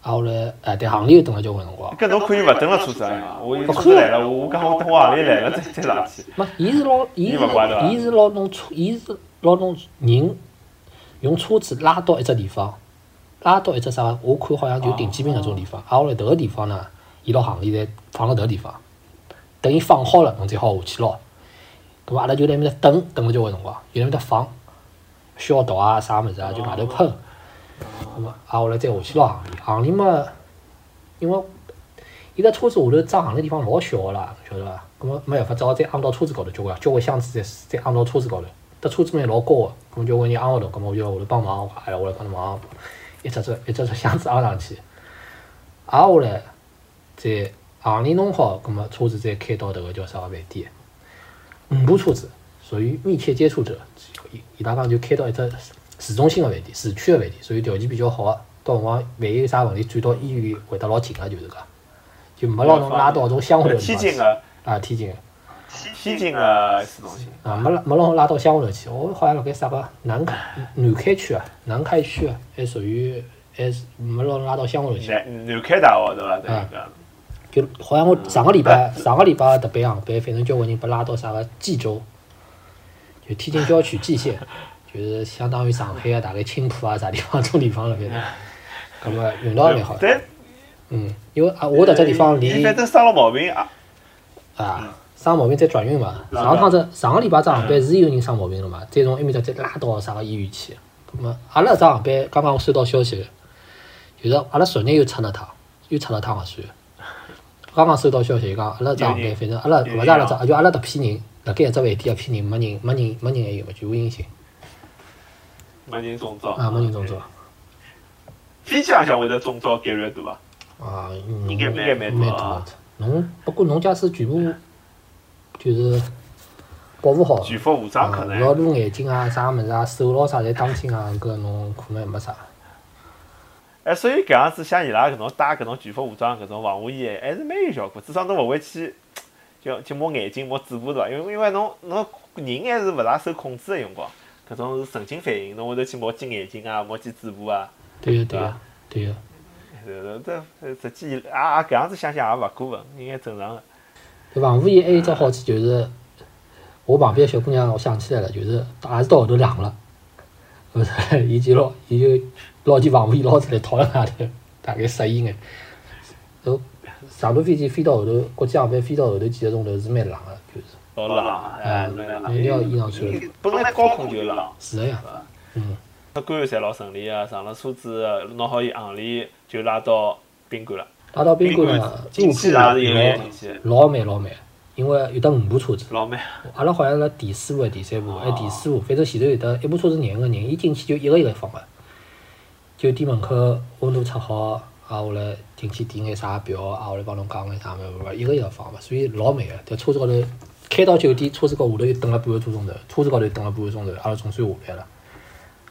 Speaker 1: 啊后来，哎，对，行李又等了交关辰光。
Speaker 2: 搿侬可以勿等了车子啊！我有车来了，我讲我等我行李来了再再上去。
Speaker 1: 没，伊是老，伊
Speaker 2: 伊
Speaker 1: 是
Speaker 2: 勿管对伐
Speaker 1: 伊是老弄车，伊是老弄人用车子拉到一只地方，拉到一只啥？我看好像就顶级兵搿种地方。挨啊下来迭个地方呢，伊拉行李侪放辣迭个地方，等伊放好了，侬才好下去捞。咁啊阿拉就辣埃面搭等等了交关辰光，就辣埃面搭放消毒啊啥物事啊，就外头喷。咁么挨下来再下去捞行李，行李嘛，因为伊拉车子下头装行李地方老小个啦，侬晓得伐？咁么没办法，只好再昂到车子高头，交关交关箱子再再昂到车子高头。搭车子嘛也老高个，咁么交关人昂勿动，咁么我就下头帮忙，哎呀，我来帮侬忙，一只只一只只箱子昂上去，昂下来再行李啊弄好，咁么车子再开到迭个叫啥个饭店。五部嗯车子属于密切接触者，伊伊拉讲就开到一只市中心个饭店、市区个饭店，属于条件比较好个。到辰光万一有啥问题，转到医院会得老近个，就是讲，就没让侬拉到种乡下头
Speaker 2: 天
Speaker 1: 去
Speaker 2: 津个
Speaker 1: 啊，天津个
Speaker 2: 天津个市中心，
Speaker 1: 啊，没拉没让我拉到乡下头去，我好像辣盖啥哦个南开南开区啊，南开区啊，还属于还是没让我拉到乡下头去，
Speaker 2: 南南开大学对伐？对个，
Speaker 1: 就好像我上个礼拜上个礼拜特别航班，反正交关人被拉到啥个济州，就天津郊区蓟县，就是相当于上海啊，大概青浦啊啥地方这种地方了，反正，那么运道也蛮好，
Speaker 2: 但
Speaker 1: 嗯，因为啊我迭只地方
Speaker 2: 伊
Speaker 1: 离
Speaker 2: 反正生了毛病啊，嗯
Speaker 1: 啊，生毛病再转运嘛。上趟子上个礼拜只航班是有人生毛病了嘛，再从埃面搭再拉到啥个医院去。那么阿拉只航班刚刚我收到消息，就是阿拉昨日又出了趟，又出了趟核酸。刚刚收到消息，讲阿拉只航班，反正阿拉勿是阿拉只，就阿拉迭批人，辣盖一只饭店一啊批人，没人没人没人还有嘛，全部阴性
Speaker 2: 没人中招。
Speaker 1: 啊，没人中招
Speaker 2: 天津浪向会得中招概率大伐？
Speaker 1: 啊，
Speaker 2: 应该蛮蛮
Speaker 1: 蛮
Speaker 2: 多
Speaker 1: 多
Speaker 2: 啊
Speaker 1: 的。侬不过侬假使全部就是保护好。
Speaker 2: 全副武装可
Speaker 1: 啊
Speaker 2: 能
Speaker 1: 要撸眼睛啊，啥物事啊，手咯啥侪当心啊，搿侬可能没啥。
Speaker 2: 哎，所以搿样子像伊拉搿种戴搿种全副武装搿种防护衣，哎还是蛮有效果。至少侬勿会去就去摸眼睛、摸嘴巴对伐？因为因为侬侬人还是勿大受控制个辰光，搿种是神经反应，侬会得去摸进眼睛啊、摸进嘴巴啊。
Speaker 1: 对个对
Speaker 2: 对
Speaker 1: 个
Speaker 2: 吧
Speaker 1: 对个，
Speaker 2: 呃，这这实际也也搿样子想想也勿过分，应该正常个。
Speaker 1: 对防护衣还有一只好处就是，我旁边小姑娘，我想起来了，就是也是到后头冷了， 后头伊就捞伊就捞件防护衣捞出来套辣外头， 大概适应眼。都上头飞机飞到后头，国际航班飞到后头几个钟头是蛮冷个，就是
Speaker 2: 老冷，哎，
Speaker 1: 侬一定要衣裳穿了。
Speaker 2: 本来高空就冷，
Speaker 1: 是个呀，嗯，
Speaker 2: 那感染侪老顺利个，上了车子啊拿好伊行李就拉到宾馆了。
Speaker 1: 拉到宾馆啊呢，
Speaker 2: 进
Speaker 1: 入住
Speaker 2: 去也是有
Speaker 1: 老
Speaker 2: 眼进去，
Speaker 1: 老慢老慢，因为有得五部车子。
Speaker 2: 老妹。
Speaker 1: 阿拉好像辣第四部还是第三部，还第四部，反正前头有得一部车子廿个人，伊进去就一个一个放个，酒店门口温度测好，啊下来进去点眼啥表，啊下来帮侬讲眼啥物事，一个一个放嘛，所以老啊慢个。在车子高头开到酒店，车子高下头又等了半个多钟头，车子高头等了半个钟头，阿拉总算下班了，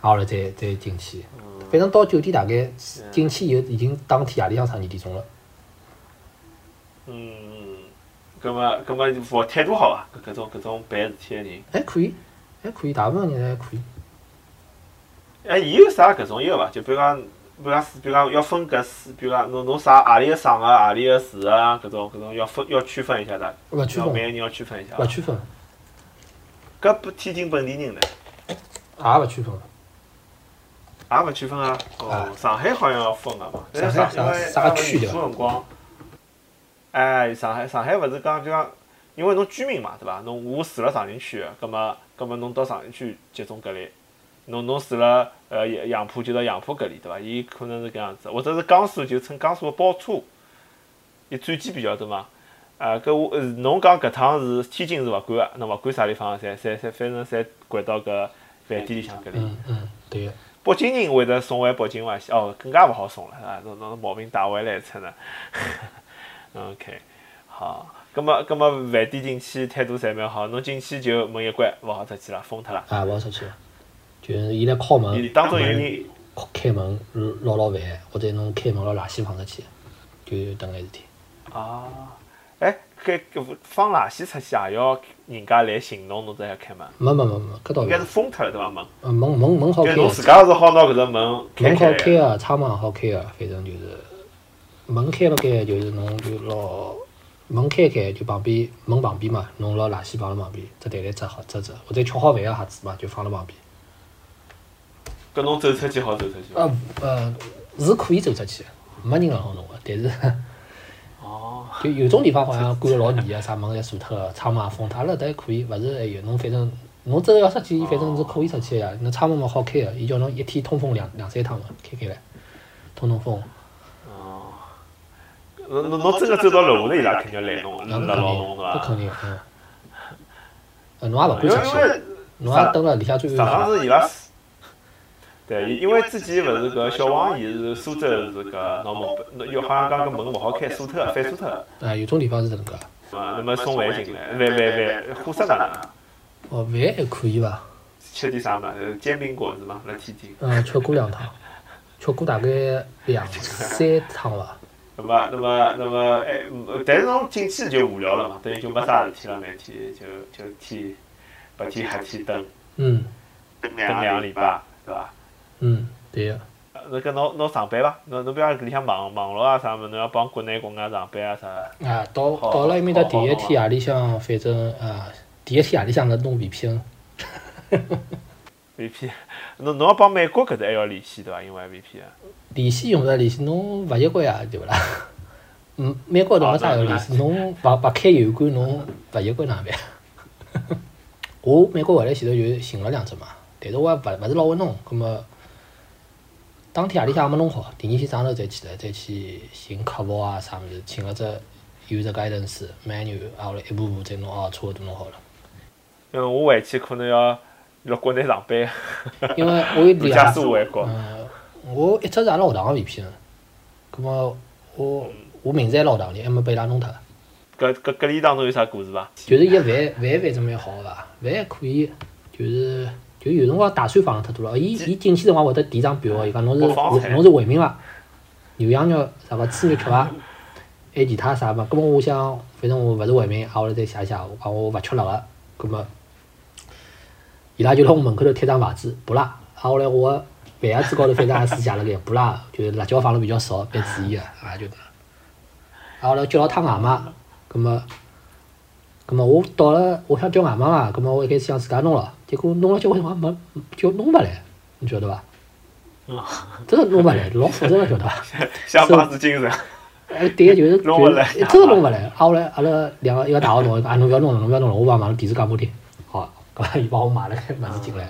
Speaker 1: 啊下来再再进去，反正到酒店大概进去以后已经当天夜里向十二点钟了。
Speaker 2: 嗯，葛么葛么服务态度好伐？搿搿种搿种办事体个人，
Speaker 1: 还哎可以，还可以，大部分人还可以。
Speaker 2: 哎，伊有啥搿种一个伐？就比如讲，比如讲，比如讲要分搿四，比如讲侬侬啥何里个省个，何里个市啊，搿种搿种要分要区分一下的，
Speaker 1: 勿区
Speaker 2: 要每个
Speaker 1: 分，
Speaker 2: 人要区分一下
Speaker 1: 勿。区分，
Speaker 2: 搿不天津本地人呢，
Speaker 1: 也勿区分。
Speaker 2: 也勿区分啊。哦，上海好像要分个嘛。但是
Speaker 1: 上海
Speaker 2: 上
Speaker 1: 啥啥区
Speaker 2: 的
Speaker 1: 的？
Speaker 2: 辰光，哎，上海上海勿是讲就讲，因为侬居民嘛，对伐？侬我住了上城区，葛末葛末侬到上城区集中隔离，侬侬住了呃杨杨浦就到杨浦隔离，对伐？伊可能是搿样子，或者是江苏就乘江苏个包车，伊转机比较多嘛。啊，搿我呃侬讲搿趟是天津是勿管个，侬勿管啥地方，侪侪侪反正侪掼到搿饭店里向隔离。
Speaker 1: 嗯嗯，对个。
Speaker 2: 北京人会得送回北京外线，哦，更加勿好送了啊！侬侬毛病带回来一出 呢。OK，好，葛么葛么饭店进去态度侪蛮好，侬进去就门一关，勿好出去了，封脱了。
Speaker 1: 啊，勿好出去，就是伊来敲
Speaker 2: 伊
Speaker 1: 门，
Speaker 2: 当中有人
Speaker 1: 敲开门捞捞饭，或者侬开门捞垃圾放出去，就有迭眼事体。
Speaker 2: 啊，哎，开放垃圾出去也要人家来寻侬，侬才要开门，
Speaker 1: 没没没没，搿倒
Speaker 2: 应
Speaker 1: 勿
Speaker 2: 该
Speaker 1: 是
Speaker 2: 是封脱了对伐门？
Speaker 1: 呃门门门好
Speaker 2: 就
Speaker 1: 开
Speaker 2: 是
Speaker 1: 个
Speaker 2: 侬，自家是好拿搿只门开
Speaker 1: 门好
Speaker 2: 开
Speaker 1: 开
Speaker 2: 的。
Speaker 1: 个，窗门也好开个，反正就是门开勿开，就是侬就捞门开开，就旁边门旁边嘛，侬捞垃圾放辣旁边，只袋袋只好只只，或者吃好饭个盒子嘛，就放辣旁边。
Speaker 2: 搿侬走出去好走出去伐？
Speaker 1: 呃呃，是可以走出去，没人拦牢侬个，但是
Speaker 2: 哦，
Speaker 1: 就有种地方好像管得老严啊，啥门侪锁脱个，窗门也封脱，阿拉搿搭还可以，勿是还有侬反正侬真个要出去，伊反正是可以出去个呀，侬窗门嘛好开个，伊叫侬一天通风两两三趟嘛，开开来，通通风。
Speaker 2: 侬侬侬真个走到楼下头，伊拉肯定拦侬，
Speaker 1: 那
Speaker 2: 拦
Speaker 1: 肯
Speaker 2: 牢
Speaker 1: 定，
Speaker 2: 侬
Speaker 1: 搿
Speaker 2: 是伐？
Speaker 1: 肯定，嗯。呃，侬也勿敢
Speaker 2: 因为
Speaker 1: 出
Speaker 2: 因
Speaker 1: 去，
Speaker 2: 为
Speaker 1: 侬也蹲辣里向最
Speaker 2: 上
Speaker 1: 安
Speaker 2: 趟
Speaker 1: 全。
Speaker 2: 是伊拉， 对，因为之前勿是搿小王伊是苏州是搿拿门，侬有好像讲搿门勿好开，锁脱，反锁脱，啊，
Speaker 1: 啊，有种地方是搿能介。
Speaker 2: 那么送饭进来，饭饭饭，花生哪能？
Speaker 1: 哦，饭还可以伐？
Speaker 2: 吃点啥嘛？呃煎饼果子嘛，辣天天。
Speaker 1: 嗯，吃过两趟，吃过大概两三趟伐。
Speaker 2: 那么，那么，那么，哎，嗯但是侬进去就无聊了嘛，等于就没啥事体了，每天就就天白天黑天等
Speaker 1: 嗯
Speaker 3: 等
Speaker 2: 等
Speaker 3: 两
Speaker 2: 两
Speaker 3: 个
Speaker 2: 个礼
Speaker 3: 礼
Speaker 2: 拜，对伐？
Speaker 1: 嗯，对个。
Speaker 2: 呃那搿侬侬上班伐？侬侬不要搿里向忙忙碌啊啥么？侬要帮国内国外上班啊啥？
Speaker 1: 啊，到
Speaker 2: 好
Speaker 1: 到了埃面搭
Speaker 2: 好
Speaker 1: 第一
Speaker 2: 好
Speaker 1: 天啊夜里向，反正啊，第一天夜里向是弄 VPN。
Speaker 2: VP，侬侬要帮美国搿搭还要联系对伐？因为 VP 啊，
Speaker 1: 联系用勿着联系，侬勿习惯呀，对勿啦？ 嗯，美国侬没啥要联系，侬勿勿开油管，侬勿习惯哪办？ 我美国回来前头就寻了两只嘛，但是我也勿勿是老会弄，葛末当天夜啊里向也没弄好，第二天早浪头再起来，再去寻客服啊啥物事，请了只 user guidance menu，啊，后来一步步再弄哦，差勿多弄好了。
Speaker 2: 因为我回去可能要辣国内上 班，
Speaker 1: 因为我有
Speaker 2: 离
Speaker 1: 两
Speaker 2: 家苏回国。
Speaker 1: 嗯，我一直是阿拉学堂个 VPN，葛末我我名字还老堂里，还没被伊拉弄脱。
Speaker 2: 搿搿搿里当中有啥故事伐？
Speaker 1: 就是伊个饭饭反正蛮好个伐，饭还可以，就是就有辰光大蒜放了太多了。伊伊进去辰光会得填张表个，伊讲侬是
Speaker 2: 播放菜
Speaker 1: 侬是回民伐？牛羊肉啥伐？猪肉吃伐？还有其他啥伐？葛末我想，反正我勿是回民，挨下来再写一写，我讲我勿吃辣个，葛末伊拉就辣我门口头贴张牌子，不辣。挨下来我个饭盒子高头反正也是写了个不辣，就是辣椒放了比较少，别注意个，啊就搿能。挨下来叫了趟外卖，葛末。咁么我到了，我想叫外卖嘛，咁么我一开始想自家弄了，结果弄了交关辰光啊没叫弄勿来，你晓得伐？
Speaker 2: 嗯
Speaker 1: 真的弄勿来，老复杂个晓得伐？
Speaker 2: 像八字精神，
Speaker 1: 哎，对个，就是
Speaker 2: 弄不来
Speaker 1: 就是真的弄勿来。啊，后来阿拉两个一个大学同学讲，啊侬勿要弄了，侬勿要弄了，我帮忙地址讲拨听。好，咁么伊帮我买了个物事进来，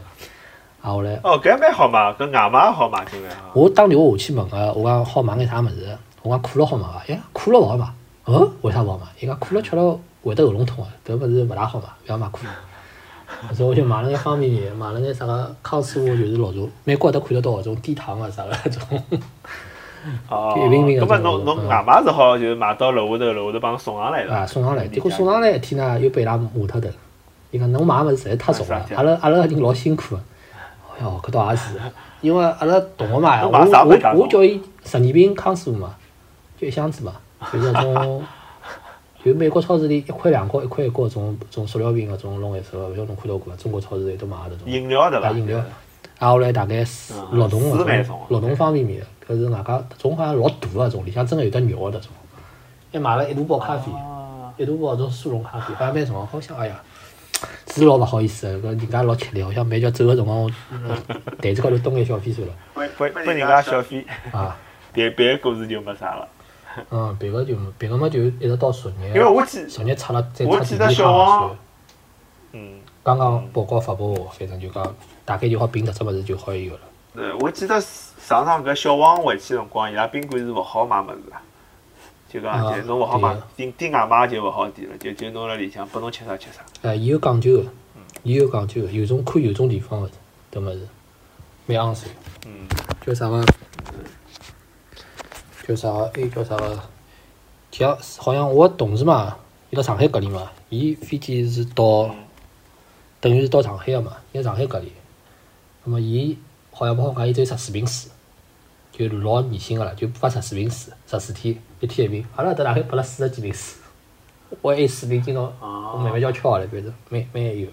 Speaker 1: 啊，后来
Speaker 2: 哦，搿还蛮好嘛，搿外卖也好买进来啊。
Speaker 1: 我打电话下去问个，我讲好买眼啥物事？我讲可乐好买伐？哎，可乐勿好买。嗯，为啥勿好买？伊讲可乐吃了会得喉咙痛啊个，搿物事勿大好买，勿要买可乐。所以我就买了 眼方便面，买了眼啥个康师傅就是老早美国搭看得到啊搿种低糖个啥个搿种。
Speaker 2: 哦，
Speaker 1: 一瓶瓶的
Speaker 2: 搿么
Speaker 1: 这种
Speaker 2: 侬侬
Speaker 1: 嗯
Speaker 2: 外卖是好，就是买到楼下头，楼下头帮侬送上来的。
Speaker 1: 啊，送上来，结果送上来一天呢，又被伊拉骂脱头。伊讲侬买物事实在太重了
Speaker 2: 啊，是啊
Speaker 1: 阿拉阿拉已经老辛苦了。哎哟，搿倒也 是，因为阿拉同学嘛，
Speaker 2: 侬
Speaker 1: 我
Speaker 2: 买啥物事啊
Speaker 1: 我我叫伊十二瓶康师傅嘛，就一箱子嘛，就是那 种，就美国超市里一块两角、一块一角，种种塑料瓶搿啊种弄一手，勿晓得侬看到过伐？中国超市里都买得种。
Speaker 2: 饮料对伐？
Speaker 1: 啊，饮料。啊，后来大概啊四
Speaker 2: 嗯
Speaker 1: 六桶
Speaker 2: 四
Speaker 1: 搿
Speaker 2: 万
Speaker 1: 种
Speaker 2: 桶，
Speaker 1: 六桶方便面的，搿是外加搿种好像老大个种，里向真个有得肉个搿种。还买了一大包咖啡。
Speaker 2: 哦
Speaker 1: 一大包种速溶咖啡，好像蛮重，好像哎呀，是老勿好意思的，搿人家老吃力，好像每脚走个辰光，我
Speaker 2: 嗯
Speaker 1: 我 台子高头蹲眼小费算了
Speaker 2: 被被人家消费，
Speaker 1: 啊，
Speaker 2: 别别的故事就没啥了。
Speaker 1: 嗯，别个就别个嘛就一直到昨
Speaker 2: 因为
Speaker 1: 日，
Speaker 2: 我 记，
Speaker 1: 昨日出了再
Speaker 2: 我
Speaker 1: 出
Speaker 2: 记
Speaker 1: 第
Speaker 2: 得
Speaker 1: 二
Speaker 2: 小王
Speaker 1: 趟
Speaker 2: 嗯，
Speaker 1: 刚刚报告发拨我，反正就讲大概就好凭搿只物事就好有了。
Speaker 2: 对，我记得上趟搿小王回去辰光，伊拉宾馆是勿好买物事啊。就讲，
Speaker 1: 啊
Speaker 2: 就侬勿好买
Speaker 1: 对，
Speaker 2: 订订外卖就勿好点了，就就侬辣里向，拨侬吃啥吃啥。
Speaker 1: 哎，伊有讲究个，伊有讲究个，有种看有种地方个搿物事，蛮昂水。
Speaker 2: 嗯，
Speaker 1: 叫啥个？叫啥个？哎，叫啥个？像好像我同事嘛，伊辣上海隔离嘛，伊飞机是到，等于是到上海个嘛，伊在上海隔离。那么伊好像帮我讲，伊只有十四瓶水，就老迷信个啦，就发十四瓶水，十四天，一天一瓶。阿拉搿搭大概拨了四十几瓶水，我还有四瓶今朝
Speaker 2: 嗯
Speaker 1: 啊我慢慢叫吃好了，反正蛮蛮有的。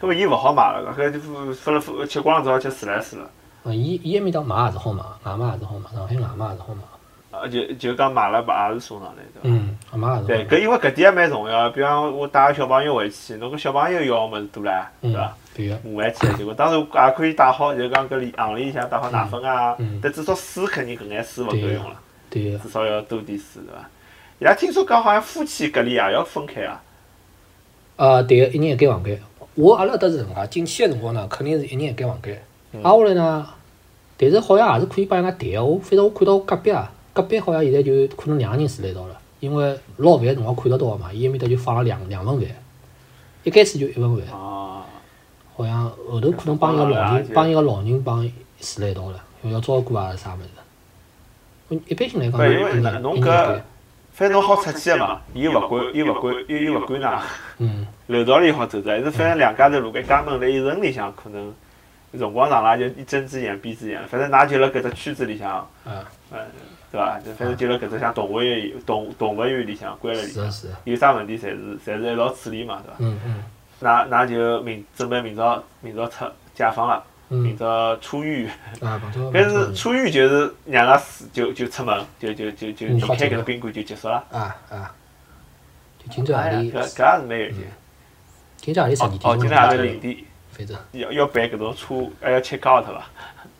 Speaker 2: 搿么伊勿好买了，搿就发了发吃光了，只好吃自来水了。
Speaker 1: 嗯，伊伊埃面搭买也是好买，外卖也是好买，上海外卖也是好买。
Speaker 2: 啊，就就讲买了把也是送上来，对伐？
Speaker 1: 嗯，外卖也是好买。嗯
Speaker 2: 对，搿因为搿点也蛮重要。比方我带个小朋友回去，侬搿小朋友要个物事多唻，对伐？
Speaker 1: 对个，
Speaker 2: 磨下去的结果，当然也可以带好，就讲搿里行里向带好奶粉啊
Speaker 1: 嗯嗯，
Speaker 2: 但至少水肯定搿眼水勿够用了，
Speaker 1: 对个，
Speaker 2: 至少要多点水对伐？伊拉听说讲好像夫妻搿里也要分开啊，
Speaker 1: 啊，对个，一人一间房间。我阿拉搿搭是搿能介，进去个辰光呢，肯定是一人一间房间。挨下啊来呢，但是好像也是可以帮人家谈个。我反正我看到我隔壁啊，隔壁好像现在就可能两个人住辣一道了，因为捞饭辰光看得到个嘛，伊埃面搭就放了两两份饭，一开始就一份饭，
Speaker 2: 哦，
Speaker 1: 好像后头可能帮一个老人
Speaker 2: 就
Speaker 1: 帮一个老人帮住辣一道了，因为要照顾啊啥物事。我一般性来讲，
Speaker 2: 对
Speaker 1: 一
Speaker 2: 因为
Speaker 1: 人一人
Speaker 2: 侬
Speaker 1: 一
Speaker 2: 搿
Speaker 1: 间，
Speaker 2: 反正侬好出去哎个嘛，伊又勿管，伊勿管，伊又勿管㑚。
Speaker 1: 嗯，
Speaker 2: 楼道里好走走，还是反正两家头如果一家门辣一层里向，可能辰光长了就一睁只眼闭只眼，反正㑚就辣搿只圈子里向，
Speaker 1: 啊，
Speaker 2: 对伐？就反正就辣搿只像动物园、动动物园里向关了里
Speaker 1: 是
Speaker 2: 向
Speaker 1: 啊，是啊，
Speaker 2: 有啥问题侪是侪是一道处理嘛，对伐？
Speaker 1: 嗯嗯
Speaker 2: 那那就明准备明朝明朝出解放了，明
Speaker 1: 嗯，
Speaker 2: 朝出狱，
Speaker 1: 啊，碰到
Speaker 2: 但是出狱就是让拉就就出门，就就就就
Speaker 1: 嗯
Speaker 2: 离
Speaker 1: 好
Speaker 2: 开
Speaker 1: 结
Speaker 2: 搿
Speaker 1: 棍
Speaker 2: 个宾馆就结束了。
Speaker 1: 啊啊，就今朝
Speaker 2: 哎
Speaker 1: 夜
Speaker 2: 呀，
Speaker 1: 里
Speaker 2: 搿，搿也是蛮有劲。
Speaker 1: 今朝夜里十二
Speaker 2: 哦
Speaker 1: 点
Speaker 2: 哦，
Speaker 1: 钟
Speaker 2: 今朝也是零点，
Speaker 1: 反正
Speaker 2: 要要办搿种车，还要 check out 伐？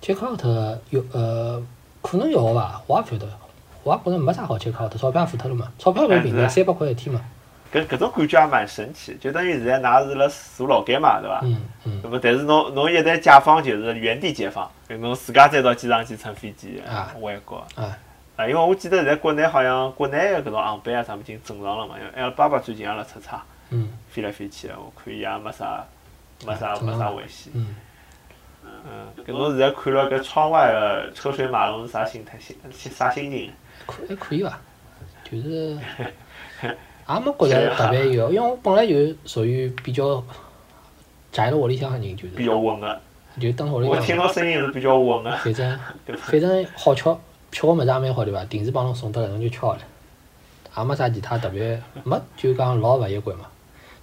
Speaker 1: check out 有呃，可能要吧，我也不晓得，我也觉着没啥好 check out，钞票也付脱了嘛，钞票蛮便宜，
Speaker 2: 哎是
Speaker 1: 三百块一天嘛，
Speaker 2: 搿搿种感觉也蛮神奇，就等于现在㑚是辣坐牢监嘛，对伐？
Speaker 1: 嗯嗯
Speaker 2: 那么但是侬侬一旦解放就是原地解放，侬自家再到机场去乘飞机
Speaker 1: 啊
Speaker 2: 回国
Speaker 1: 啊
Speaker 2: 啊，因为我记得现在国内好像国内的搿种航班啊啥物事已经正常了嘛，因为阿拉爸爸最近也辣出差，
Speaker 1: 嗯
Speaker 2: 飞来飞去的，啊我看伊也没啥没啥
Speaker 1: 啊正
Speaker 2: 没
Speaker 1: 常
Speaker 2: 啥危险。
Speaker 1: 嗯，
Speaker 2: 嗯，搿侬现在看了搿窗外的车水马龙是啥心态心啥心情？
Speaker 1: 可还可以吧，就是也没觉着特别有，因为我本来就属于比较宅辣屋里向个人，就
Speaker 2: 比
Speaker 1: 是
Speaker 2: 较稳个，
Speaker 1: 就蹲屋里
Speaker 2: 我
Speaker 1: 向
Speaker 2: 听。到声音是比较稳个，
Speaker 1: 反正
Speaker 2: 对吧
Speaker 1: 反正好吃，吃个物事也蛮好对伐？定时帮侬送得来，侬就吃好了，也没啥其他特别，没就讲老勿习惯嘛。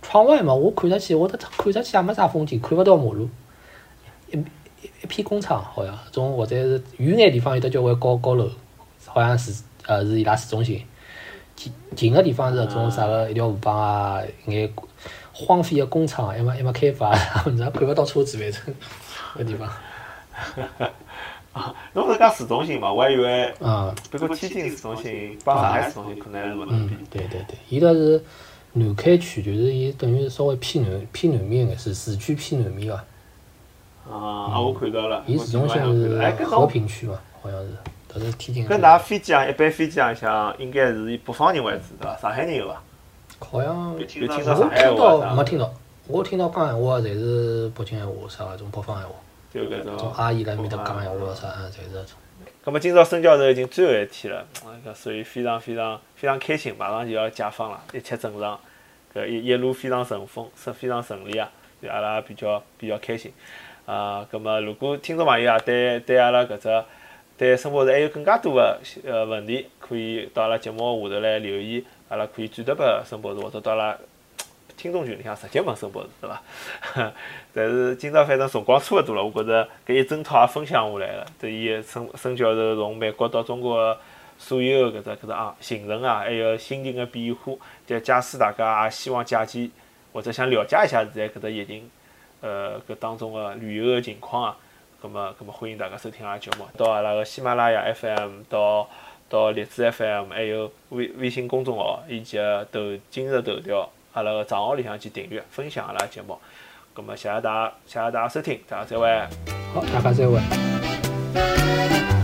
Speaker 1: 窗外嘛，我看出去，我得看出去也没啥风景，看勿到马路，一一一片工厂好像，种或者是远眼地方有得交关高高楼，好像是呃是伊拉市中心。近近个地方是搿种啥个一条河浜啊，眼荒废个工厂，还没还没开发， 你也看勿到车子反正，搿 地方
Speaker 2: 侬勿是讲市中心嘛，我还以为
Speaker 1: 啊。
Speaker 2: 不过天津市中心帮上海市中心可能还是勿能
Speaker 1: 嗯
Speaker 2: 比。，
Speaker 1: 对对对，伊拉是南开区，就是伊等于是稍微偏南偏南面一眼，是市区偏南面个，
Speaker 2: 啊，我看到了，
Speaker 1: 伊
Speaker 2: 我
Speaker 1: 市中
Speaker 2: 今
Speaker 1: 心
Speaker 2: 晚上看
Speaker 1: 是
Speaker 2: 到哎，搿
Speaker 1: 和
Speaker 2: 侬
Speaker 1: 平区嘛，好像是，但是天津
Speaker 2: 搿
Speaker 1: 那
Speaker 2: 㑚飞机上一般飞机上向应该是以北方人为主对伐？上海人有啊伐？
Speaker 1: 好像
Speaker 2: 有
Speaker 1: 我
Speaker 2: 听到
Speaker 1: 听
Speaker 2: 上海话
Speaker 1: 到
Speaker 2: 啥
Speaker 1: 没听到，我听到讲闲话的侪是北京闲话，啥搿种北方闲话，
Speaker 2: 就搿
Speaker 1: 种
Speaker 2: 种。
Speaker 1: 阿姨辣面搭讲哦闲话啥，嗯侪是搿种。
Speaker 2: 葛末今朝孙教授已经最后一天了，哎搿所以非常非常非常开心，马上就要解放了，一切正常，搿一一路非常顺风，是非常顺利啊，对阿拉比较比较开心。啊，葛末如果听众朋友啊，对对阿拉搿只对生活是还有更加多个呃问题，可以到阿拉节目下头来留言，阿拉可以转达拨孙博士，或者到阿拉听众群里向直接问孙博士，对伐？但是今朝反正辰光差勿多了，我觉着搿一整套也分享下来了，对伊孙孙教授从美国到中国所有的搿只搿只啊行程啊，还有心情个变化，再假使大家也希望借鉴或者想了解一下现在搿只疫情呃搿当中个旅游个情况啊，葛么葛么欢迎大家收听阿拉节目，到阿拉个喜马拉雅 FM 到。到荔枝 FM，还有微微信公众号以及头今日头条阿拉个账号里向去订阅分享阿拉节目。咁啊么，谢谢大家，谢谢大家收听，大家再会。
Speaker 1: 好，大家再会。
Speaker 3: 「